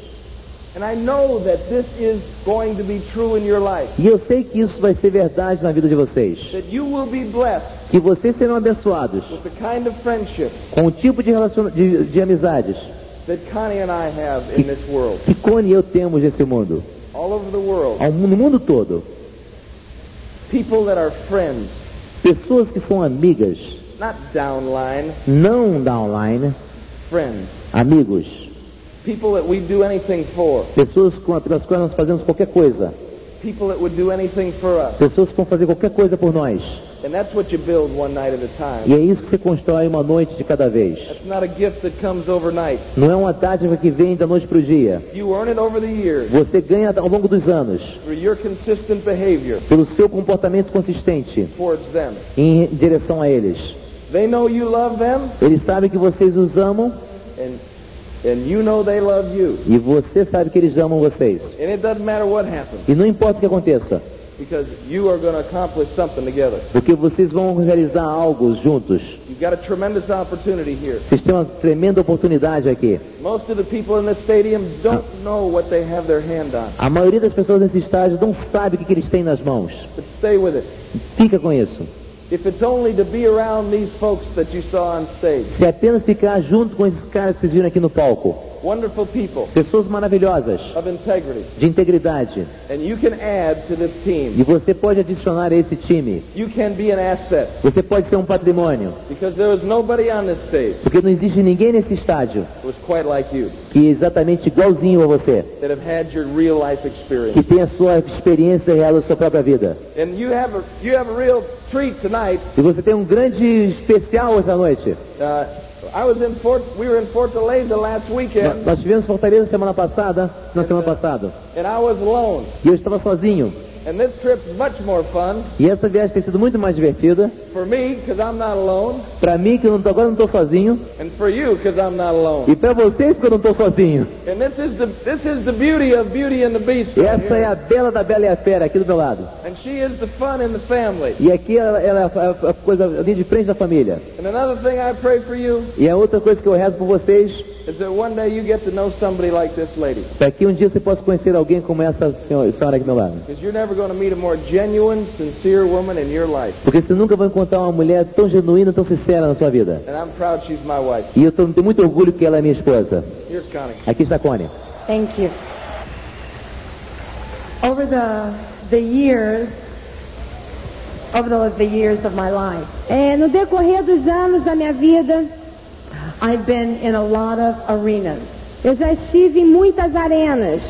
[SPEAKER 5] And I know that this is going to be true in your life.
[SPEAKER 4] E eu sei que isso vai ser verdade na vida de vocês.
[SPEAKER 5] That you will be blessed
[SPEAKER 4] Que vocês serão abençoados
[SPEAKER 5] with the kind of friendship
[SPEAKER 4] com o tipo de, relaciona de, de amizades
[SPEAKER 5] that Connie and I have in this world,
[SPEAKER 4] que Cone e eu temos nesse mundo.
[SPEAKER 5] all over the world.
[SPEAKER 4] Ao mu- No mundo todo.
[SPEAKER 5] People that are friends,
[SPEAKER 4] Pessoas que são amigas,
[SPEAKER 5] not downline,
[SPEAKER 4] não da online,
[SPEAKER 5] friends.
[SPEAKER 4] amigos.
[SPEAKER 5] People that we'd do anything for.
[SPEAKER 4] Pessoas com, pelas quais nós fazemos qualquer coisa.
[SPEAKER 5] People that would do anything for us.
[SPEAKER 4] Pessoas que vão fazer qualquer coisa por nós.
[SPEAKER 5] And that's what you build one night at a
[SPEAKER 4] E
[SPEAKER 5] time.
[SPEAKER 4] é isso que você constrói uma noite de cada vez.
[SPEAKER 5] That's not a gift that comes overnight.
[SPEAKER 4] Não é uma dádiva que vem da noite para o dia.
[SPEAKER 5] You earn it over the years
[SPEAKER 4] Você ganha ao longo dos anos.
[SPEAKER 5] through your consistent behavior
[SPEAKER 4] pelo seu comportamento consistente
[SPEAKER 5] towards them.
[SPEAKER 4] em direção a eles.
[SPEAKER 5] They know you love them,
[SPEAKER 4] Eles sabem que vocês os amam
[SPEAKER 5] and and you know they love you.
[SPEAKER 4] e você sabe que eles amam vocês.
[SPEAKER 5] And it doesn't matter what happens
[SPEAKER 4] E não importa o que aconteça,
[SPEAKER 5] because you are going to accomplish something together.
[SPEAKER 4] porque vocês vão realizar algo juntos.
[SPEAKER 5] You've got a tremendous opportunity here.
[SPEAKER 4] Vocês têm uma tremenda oportunidade aqui.
[SPEAKER 5] Most of the people in this stadium don't know what they have their hand on.
[SPEAKER 4] A maioria das pessoas nesse estágio não sabe o que, que eles têm nas mãos.
[SPEAKER 5] But stay with it.
[SPEAKER 4] Fica com isso.
[SPEAKER 5] If it's only to be around these folks that you saw on stage,
[SPEAKER 4] Se apenas ficar junto com esses caras que vocês viram aqui no palco,
[SPEAKER 5] wonderful people
[SPEAKER 4] Pessoas maravilhosas,
[SPEAKER 5] of integrity.
[SPEAKER 4] de integridade.
[SPEAKER 5] And you can add to this team.
[SPEAKER 4] E você pode adicionar a esse time.
[SPEAKER 5] You can be an asset
[SPEAKER 4] Você pode ser um patrimônio.
[SPEAKER 5] because there was nobody on this stage
[SPEAKER 4] Porque não existe ninguém nesse estádio
[SPEAKER 5] who was quite like you
[SPEAKER 4] que é exatamente igualzinho a você.
[SPEAKER 5] that have had your real life
[SPEAKER 4] Que
[SPEAKER 5] experience.
[SPEAKER 4] tem a sua experiência real da sua própria vida.
[SPEAKER 5] And you have a, you have a real treat tonight.
[SPEAKER 4] E você tem um grande especial hoje à noite.
[SPEAKER 5] Uh, I was in Fort, we were in Fortaleza last
[SPEAKER 4] Nós-
[SPEAKER 5] weekend
[SPEAKER 4] Nós tivemos Fortaleza semana passada, na semana passada.
[SPEAKER 5] and I was alone.
[SPEAKER 4] E eu estava sozinho.
[SPEAKER 5] And this trip's much more fun
[SPEAKER 4] E essa viagem tem sido muito mais divertida.
[SPEAKER 5] for me because I'm not alone
[SPEAKER 4] Pra mim, que eu não tô, agora eu não tô sozinho.
[SPEAKER 5] and for you because I'm not alone.
[SPEAKER 4] E pra vocês, que eu não tô sozinho.
[SPEAKER 5] And this is the this is the beauty of Beauty and the Beast. right
[SPEAKER 4] Essa é
[SPEAKER 5] here.
[SPEAKER 4] a bela da bela e a fera aqui do meu lado.
[SPEAKER 5] And she is the fun in the family.
[SPEAKER 4] E aqui ela, ela é a, a coisa ali de frente da família.
[SPEAKER 5] And another thing I pray for you
[SPEAKER 4] E a outra coisa que eu rezo por vocês
[SPEAKER 5] is that one day you get to know somebody like this lady
[SPEAKER 4] é que um dia você possa conhecer alguém como essa senhora, senhora aqui do meu lado.
[SPEAKER 5] because you're never going to meet a more genuine, sincere woman in your life.
[SPEAKER 4] Porque você nunca vai encontrar uma mulher tão genuína, tão sincera na sua vida.
[SPEAKER 5] And I'm proud she's my wife.
[SPEAKER 4] E eu tô- tenho muito orgulho que ela é minha esposa.
[SPEAKER 5] Here's Connie.
[SPEAKER 4] Aqui está a Connie.
[SPEAKER 6] Thank you. Over the the years, over the, the years of my life,
[SPEAKER 7] É, no decorrer dos anos da minha vida,
[SPEAKER 6] I've been in a lot of arenas
[SPEAKER 7] eu já estive em muitas arenas,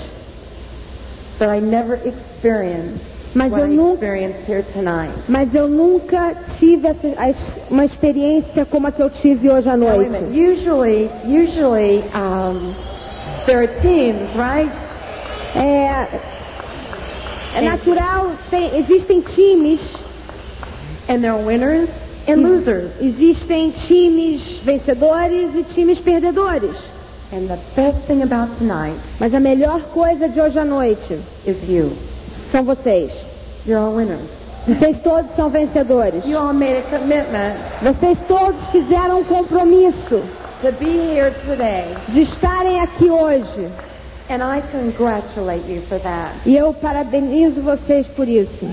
[SPEAKER 6] that I never experienced
[SPEAKER 7] mas
[SPEAKER 6] what
[SPEAKER 7] eu
[SPEAKER 6] I
[SPEAKER 7] nunca,
[SPEAKER 6] experienced here tonight.
[SPEAKER 7] mas eu nunca tive essa, as- uma experiência como a que eu tive hoje à
[SPEAKER 6] Now, wait a
[SPEAKER 7] noite.
[SPEAKER 6] minute. Usually, usually um, there are teams, right?
[SPEAKER 7] É, é natural, tem- existem times,
[SPEAKER 6] And there are winners and losers.
[SPEAKER 7] existem times vencedores e times perdedores.
[SPEAKER 6] And the best thing about tonight
[SPEAKER 7] Mas a melhor coisa de hoje à noite
[SPEAKER 6] is you.
[SPEAKER 7] são vocês.
[SPEAKER 6] You're all winners.
[SPEAKER 7] Vocês todos são vencedores.
[SPEAKER 6] You all made a commitment
[SPEAKER 7] Vocês todos fizeram um compromisso
[SPEAKER 6] to be here today.
[SPEAKER 7] de estarem aqui hoje.
[SPEAKER 6] And I congratulate you for that.
[SPEAKER 7] E eu parabenizo vocês por isso.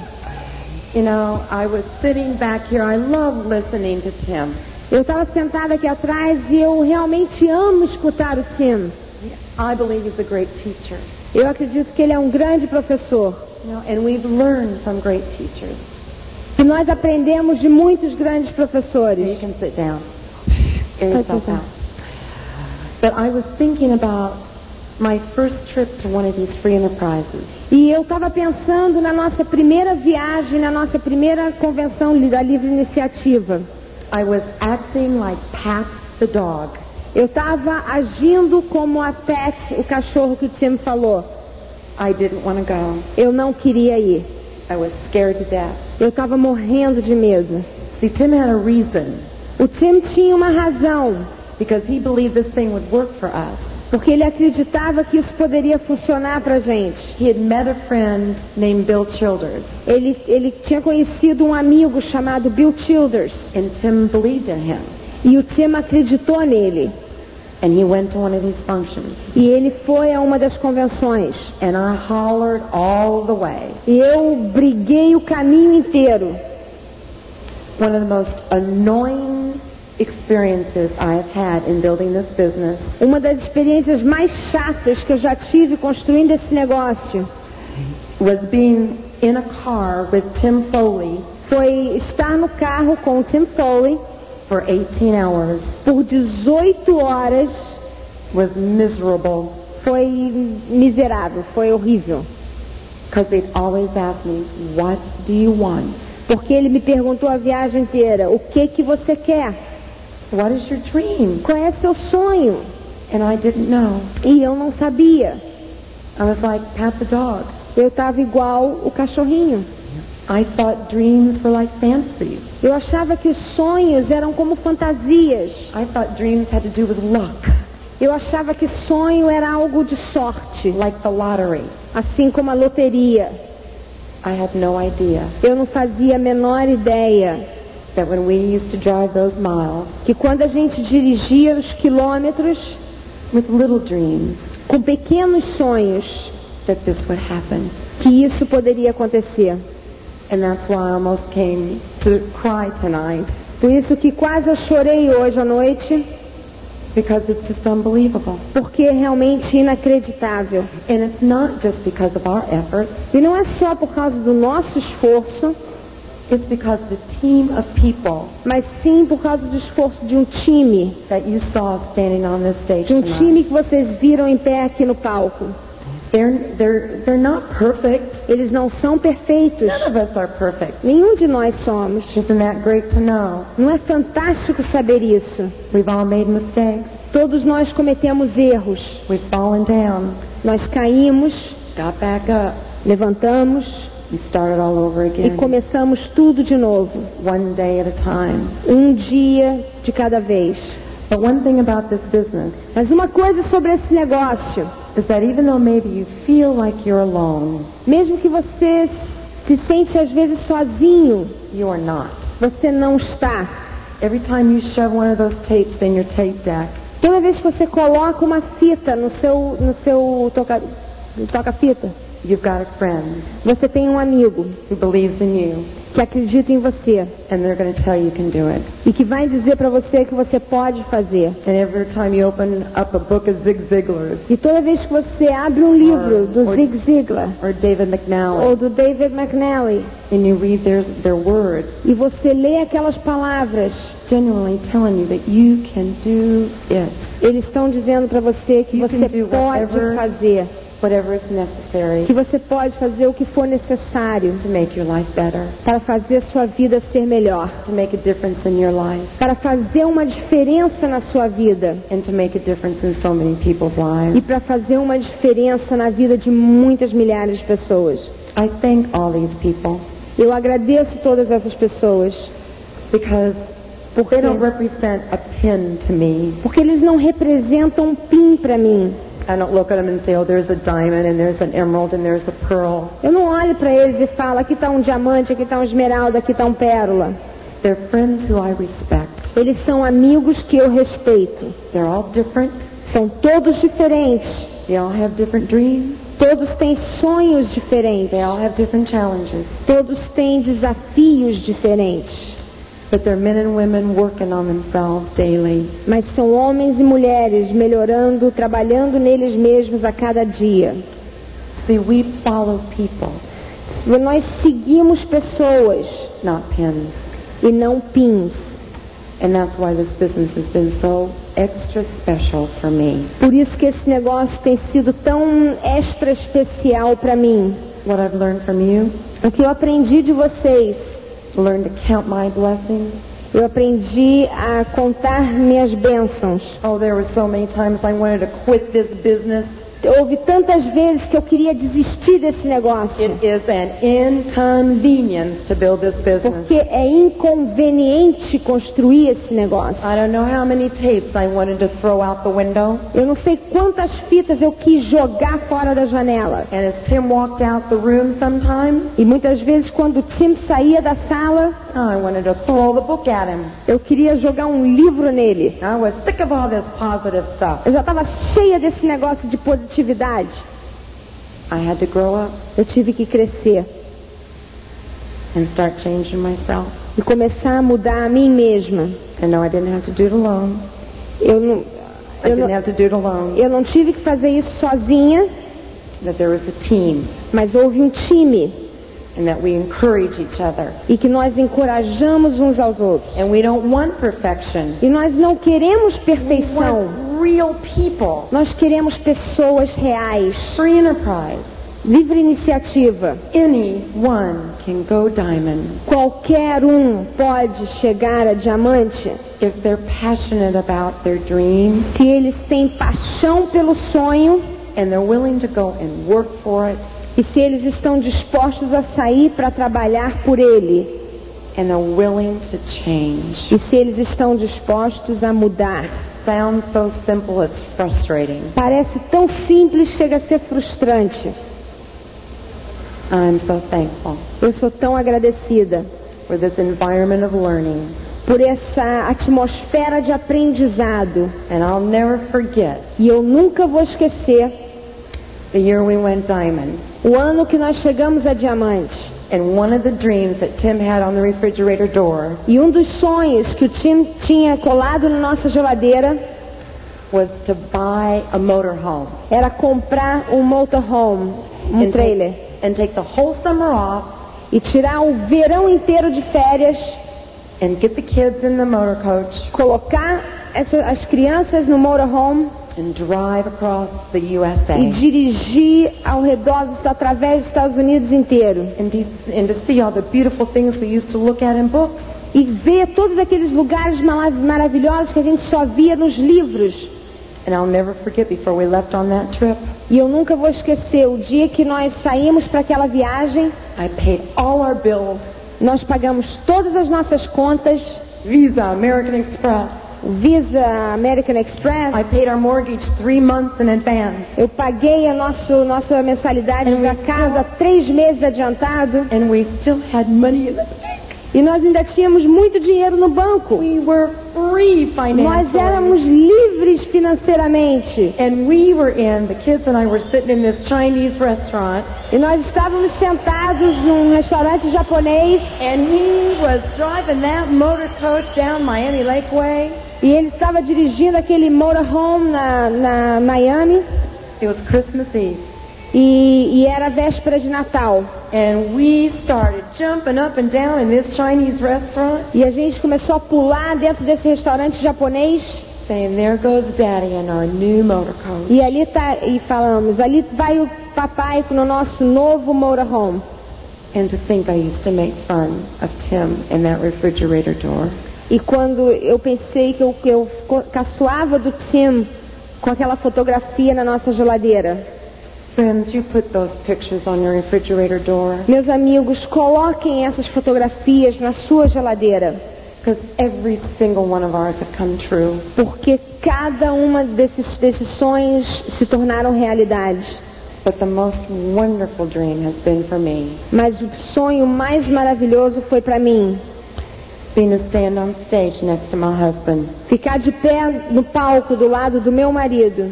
[SPEAKER 6] You know, I was sitting back here. I love listening to Tim.
[SPEAKER 7] Eu estava sentada aqui atrás e eu realmente amo escutar o Tim.
[SPEAKER 6] I believe he's a great teacher.
[SPEAKER 7] Eu acredito que ele é um grande professor.
[SPEAKER 6] You know, and we've learned from great teachers.
[SPEAKER 7] E nós aprendemos de muitos grandes
[SPEAKER 6] You
[SPEAKER 7] professores.
[SPEAKER 6] can sit down. Air yourself
[SPEAKER 7] Okay.
[SPEAKER 6] out. But I was thinking about my first trip to one of these free enterprises.
[SPEAKER 7] E eu estava pensando na nossa primeira viagem, na nossa primeira convenção li- da Livre Iniciativa.
[SPEAKER 6] I was acting like Pat the dog.
[SPEAKER 7] Eu estava agindo como a Pet, o cachorro que o Tim falou.
[SPEAKER 6] I didn't want to go.
[SPEAKER 7] Eu não queria ir.
[SPEAKER 6] I was scared to death.
[SPEAKER 7] Eu estava morrendo de medo.
[SPEAKER 6] See, Tim had a reason
[SPEAKER 7] O Tim tinha uma razão,
[SPEAKER 6] because he believed this thing would work for us.
[SPEAKER 7] porque ele acreditava que isso poderia funcionar pra gente.
[SPEAKER 6] He had met a friend named Bill Childers,
[SPEAKER 7] Ele, ele tinha conhecido um amigo chamado Bill Childers
[SPEAKER 6] and Tim believed in him.
[SPEAKER 7] e o Tim acreditou nele.
[SPEAKER 6] And he went to one of these functions,
[SPEAKER 7] E ele foi a uma das convenções.
[SPEAKER 6] and I hollered all the way.
[SPEAKER 7] E eu briguei o caminho inteiro.
[SPEAKER 6] One of the most annoying experiences I have had in building this business
[SPEAKER 7] Uma das experiências mais chatas que eu já tive construindo esse negócio
[SPEAKER 6] was being in a car with Tim Foley
[SPEAKER 7] foi estar no carro com o Tim Foley
[SPEAKER 6] for 18 hours.
[SPEAKER 7] por 18 horas.
[SPEAKER 6] Was miserable
[SPEAKER 7] Foi miserável, foi horrível.
[SPEAKER 6] because they'd always ask me, "What do you want?
[SPEAKER 7] Porque ele me perguntou a viagem inteira, o que que você quer?
[SPEAKER 6] What is your dream?"
[SPEAKER 7] Qual é seu sonho?
[SPEAKER 6] And I didn't know.
[SPEAKER 7] E eu não sabia.
[SPEAKER 6] I was like Pat the dog.
[SPEAKER 7] Eu tava igual o cachorrinho.
[SPEAKER 6] I thought dreams were like fantasies.
[SPEAKER 7] Eu achava que os sonhos eram como fantasias.
[SPEAKER 6] I thought dreams had to do with luck,
[SPEAKER 7] Eu achava que sonho era algo de sorte,
[SPEAKER 6] like the lottery.
[SPEAKER 7] assim como a loteria.
[SPEAKER 6] I had no idea
[SPEAKER 7] Eu não fazia a menor ideia
[SPEAKER 6] that when we used to drive those miles
[SPEAKER 7] que quando a gente dirigia os quilômetros
[SPEAKER 6] with little dreams,
[SPEAKER 7] com pequenos sonhos,
[SPEAKER 6] that this would happen.
[SPEAKER 7] que isso poderia acontecer.
[SPEAKER 6] And that's why I almost came to cry tonight
[SPEAKER 7] Por isso que quase eu chorei hoje à noite
[SPEAKER 6] because it's just unbelievable.
[SPEAKER 7] porque é realmente inacreditável.
[SPEAKER 6] And it's not just because of our efforts,
[SPEAKER 7] E não é só por causa do nosso esforço,
[SPEAKER 6] it's because the team of people
[SPEAKER 7] mas sim por causa do esforço de um time,
[SPEAKER 6] that you saw standing on this stage
[SPEAKER 7] de um
[SPEAKER 6] tonight.
[SPEAKER 7] time que vocês viram em pé aqui no palco.
[SPEAKER 6] They're, they're, they're not perfect.
[SPEAKER 7] Eles não são perfeitos.
[SPEAKER 6] None of us are perfect.
[SPEAKER 7] Nenhum de nós somos.
[SPEAKER 6] Isn't that great to know?
[SPEAKER 7] Não é fantástico saber isso?
[SPEAKER 6] We've all made mistakes.
[SPEAKER 7] Todos nós cometemos erros.
[SPEAKER 6] We've fallen down,
[SPEAKER 7] Nós caímos,
[SPEAKER 6] got back up,
[SPEAKER 7] levantamos
[SPEAKER 6] and started all over
[SPEAKER 7] e
[SPEAKER 6] again.
[SPEAKER 7] começamos tudo de novo,
[SPEAKER 6] One day at a time.
[SPEAKER 7] um dia de cada vez.
[SPEAKER 6] But one thing about this business
[SPEAKER 7] Mas uma coisa sobre esse negócio,
[SPEAKER 6] is that even though maybe you feel like you're alone,
[SPEAKER 7] mesmo que você se sente às vezes sozinho,
[SPEAKER 6] you are not.
[SPEAKER 7] você não está.
[SPEAKER 6] Every time you shove one of those tapes in your tape deck,
[SPEAKER 7] Toda vez que você assim, coloca uma fita no seu no seu toca toca fita,
[SPEAKER 6] you've got a friend
[SPEAKER 7] você tem um amigo
[SPEAKER 6] who believes in you,
[SPEAKER 7] que acredita em você
[SPEAKER 6] and they're going to tell you you can do it.
[SPEAKER 7] e que vai dizer pra você que você pode fazer.
[SPEAKER 6] And every time you open up a book of Zig Ziglar's
[SPEAKER 7] E toda vez que você abre um livro do Zig Ziglar
[SPEAKER 6] or David McNally,
[SPEAKER 7] ou do David McNally
[SPEAKER 6] and you read their, their words,
[SPEAKER 7] e você lê aquelas palavras,
[SPEAKER 6] genuinely telling you that you can do it,
[SPEAKER 7] eles estão dizendo pra você que
[SPEAKER 6] You
[SPEAKER 7] você
[SPEAKER 6] can do
[SPEAKER 7] pode
[SPEAKER 6] whatever-
[SPEAKER 7] fazer,
[SPEAKER 6] whatever is necessary
[SPEAKER 7] que você pode fazer o que for necessário
[SPEAKER 6] to make your life better,
[SPEAKER 7] para fazer sua vida ser melhor,
[SPEAKER 6] to make a difference in your life,
[SPEAKER 7] para fazer uma diferença na sua vida
[SPEAKER 6] and to make a difference in so many people's lives.
[SPEAKER 7] e para fazer uma diferença na vida de muitas milhares de pessoas.
[SPEAKER 6] I thank all these people
[SPEAKER 7] Eu agradeço todas essas pessoas,
[SPEAKER 6] because they don't represent a pin to me.
[SPEAKER 7] porque eles não representam um pin pra mim.
[SPEAKER 6] I don't look at them and say, oh, there's a diamond and there's an emerald and there's a pearl.
[SPEAKER 7] Eu não olho pra eles e falo, aqui tá um diamante, aqui tá um esmeralda, aqui tá um pérola.
[SPEAKER 6] They're friends who I respect.
[SPEAKER 7] Eles são amigos que eu respeito.
[SPEAKER 6] They're all different.
[SPEAKER 7] São todos diferentes.
[SPEAKER 6] They all have different dreams.
[SPEAKER 7] Todos têm sonhos diferentes.
[SPEAKER 6] They all have different challenges.
[SPEAKER 7] Todos têm desafios diferentes.
[SPEAKER 6] But they're men and women working on themselves daily.
[SPEAKER 7] Mas são homens e mulheres melhorando, trabalhando neles mesmos a cada dia.
[SPEAKER 6] See, we follow people,
[SPEAKER 7] Nós seguimos pessoas
[SPEAKER 6] not pins.
[SPEAKER 7] e não pins.
[SPEAKER 6] And that's why this business has been so extra special for me.
[SPEAKER 7] Por isso que esse negócio tem sido tão extra especial pra mim.
[SPEAKER 6] What I've learned from you,
[SPEAKER 7] O que eu aprendi de vocês,
[SPEAKER 6] learn to count my blessings.
[SPEAKER 7] eu aprendi a contar minhas bênçãos.
[SPEAKER 6] Oh, there were so many times I wanted to quit this business.
[SPEAKER 7] Houve tantas vezes que eu queria desistir desse negócio.
[SPEAKER 6] It is an inconvenience to build this business.
[SPEAKER 7] Porque é inconveniente construir esse negócio.
[SPEAKER 6] I don't know how many tapes I wanted to throw out the window.
[SPEAKER 7] Eu não sei quantas fitas eu quis jogar fora da janela.
[SPEAKER 6] And as Tim walked out the room sometime, oh,
[SPEAKER 7] E muitas vezes, quando o time saía da sala,
[SPEAKER 6] I wanted to throw the book at him.
[SPEAKER 7] eu queria jogar um livro nele.
[SPEAKER 6] I was sick of all this positive stuff.
[SPEAKER 7] Eu já estava cheia desse negócio de positividade.
[SPEAKER 6] I had to grow up
[SPEAKER 7] Eu tive que crescer
[SPEAKER 6] and start changing myself.
[SPEAKER 7] e começar a mudar a mim mesma.
[SPEAKER 6] And no, I didn't have to do it alone.
[SPEAKER 7] Eu não,
[SPEAKER 6] I
[SPEAKER 7] eu não,
[SPEAKER 6] didn't have to do it alone.
[SPEAKER 7] eu não tive que fazer isso sozinha,
[SPEAKER 6] That there was a team
[SPEAKER 7] mas houve um time
[SPEAKER 6] and that we encourage each other.
[SPEAKER 7] e que nós encorajamos uns aos outros.
[SPEAKER 6] And we don't want perfection.
[SPEAKER 7] E nós não queremos
[SPEAKER 6] We
[SPEAKER 7] perfeição.
[SPEAKER 6] want real people.
[SPEAKER 7] Nós queremos pessoas reais.
[SPEAKER 6] Free enterprise.
[SPEAKER 7] Livre iniciativa.
[SPEAKER 6] Anyone can go diamond
[SPEAKER 7] Qualquer um pode chegar a diamante
[SPEAKER 6] if they're passionate about their dream
[SPEAKER 7] se eles têm paixão pelo sonho
[SPEAKER 6] and they're willing to go and work for it
[SPEAKER 7] e se eles estão dispostos a sair para trabalhar por ele
[SPEAKER 6] and they're willing to change.
[SPEAKER 7] e se eles estão dispostos a mudar. então,
[SPEAKER 6] Sounds so simple it's frustrating.
[SPEAKER 7] Parece tão simples, chega a ser frustrante.
[SPEAKER 6] I'm so thankful
[SPEAKER 7] Eu sou tão agradecida
[SPEAKER 6] for this environment of learning
[SPEAKER 7] por essa atmosfera de aprendizado.
[SPEAKER 6] and I'll never forget
[SPEAKER 7] E eu nunca vou esquecer
[SPEAKER 6] the year we went diamond.
[SPEAKER 7] o ano que nós chegamos a diamante.
[SPEAKER 6] And one of the dreams that Tim had on the refrigerator door
[SPEAKER 7] E um dos sonhos que o Tim tinha colado na nossa geladeira
[SPEAKER 6] was to buy a motorhome.
[SPEAKER 7] Era comprar um motorhome, um
[SPEAKER 6] and
[SPEAKER 7] trailer.
[SPEAKER 6] Take, and take the whole summer off
[SPEAKER 7] E tirar o verão inteiro de férias,
[SPEAKER 6] and get the kids in the motor coach
[SPEAKER 7] colocar essa- as crianças no motorhome
[SPEAKER 6] and drive across the
[SPEAKER 7] e
[SPEAKER 6] USA.
[SPEAKER 7] dirigir ao redor, dos- através dos Estados Unidos inteiro.
[SPEAKER 6] And to, and to see all the beautiful things we used to look at in books.
[SPEAKER 7] E ver todos aqueles lugares mala- maravilhosos que a gente só via nos livros.
[SPEAKER 6] And I'll never forget before we left on that trip,
[SPEAKER 7] E eu nunca vou esquecer o dia que nós saímos para aquela viagem,
[SPEAKER 6] I paid all our bills,
[SPEAKER 7] nós pagamos todas as nossas contas,
[SPEAKER 6] Visa, American Express.
[SPEAKER 7] Visa, American Express.
[SPEAKER 6] I paid our mortgage three months in advance.
[SPEAKER 7] Eu paguei a nosso, nossa mensalidade
[SPEAKER 6] And
[SPEAKER 7] da
[SPEAKER 6] we-
[SPEAKER 7] casa três meses adiantado
[SPEAKER 6] And we still had money in the bank.
[SPEAKER 7] e nós ainda tínhamos muito dinheiro no banco.
[SPEAKER 6] We were free
[SPEAKER 7] Nós
[SPEAKER 6] financially.
[SPEAKER 7] éramos livres financeiramente
[SPEAKER 6] And we were in, the kids and I were sitting in this Chinese restaurant,
[SPEAKER 7] e nós estávamos sentados num restaurante japonês
[SPEAKER 6] and he was driving that motor coach down Miami Lake Way.
[SPEAKER 7] e ele estava dirigindo aquele motorhome na, na Miami
[SPEAKER 6] It was Christmas Eve.
[SPEAKER 7] e, e era véspera de Natal.
[SPEAKER 6] And we started jumping up and down in this Chinese restaurant,
[SPEAKER 7] E a gente começou a pular dentro desse restaurante japonês
[SPEAKER 6] saying, there goes Daddy in our new motor coach.
[SPEAKER 7] e ali tá, e falamos, ali vai o papai no nosso novo motorhome.
[SPEAKER 6] And to think I used to make fun of Tim in that refrigerator door.
[SPEAKER 7] E quando eu pensei que eu, que eu co- caçoava do Tim com aquela fotografia na nossa geladeira.
[SPEAKER 6] Friends, you put those pictures on your refrigerator door
[SPEAKER 7] Meus amigos, coloquem essas fotografias na sua geladeira,
[SPEAKER 6] because every single one of ours have come true.
[SPEAKER 7] porque cada uma desses, desses sonhos se tornaram realidade.
[SPEAKER 6] But the most wonderful dream has been for me
[SPEAKER 7] Mas o sonho mais maravilhoso foi para mim
[SPEAKER 6] being to stand on stage next to my husband
[SPEAKER 7] ficar de pé no palco do lado do meu marido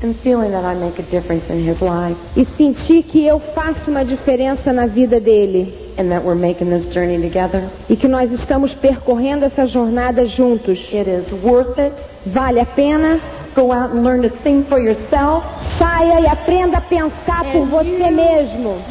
[SPEAKER 6] and feeling that I make a difference in his life
[SPEAKER 7] e sentir que eu faço uma diferença na vida dele
[SPEAKER 6] and that we're making this journey together.
[SPEAKER 7] e que nós estamos percorrendo essa jornada juntos.
[SPEAKER 6] It is worth it.
[SPEAKER 7] Vale a pena?
[SPEAKER 6] Go out and learn to sing for yourself.
[SPEAKER 7] Saia e aprenda a pensar por você mesmo.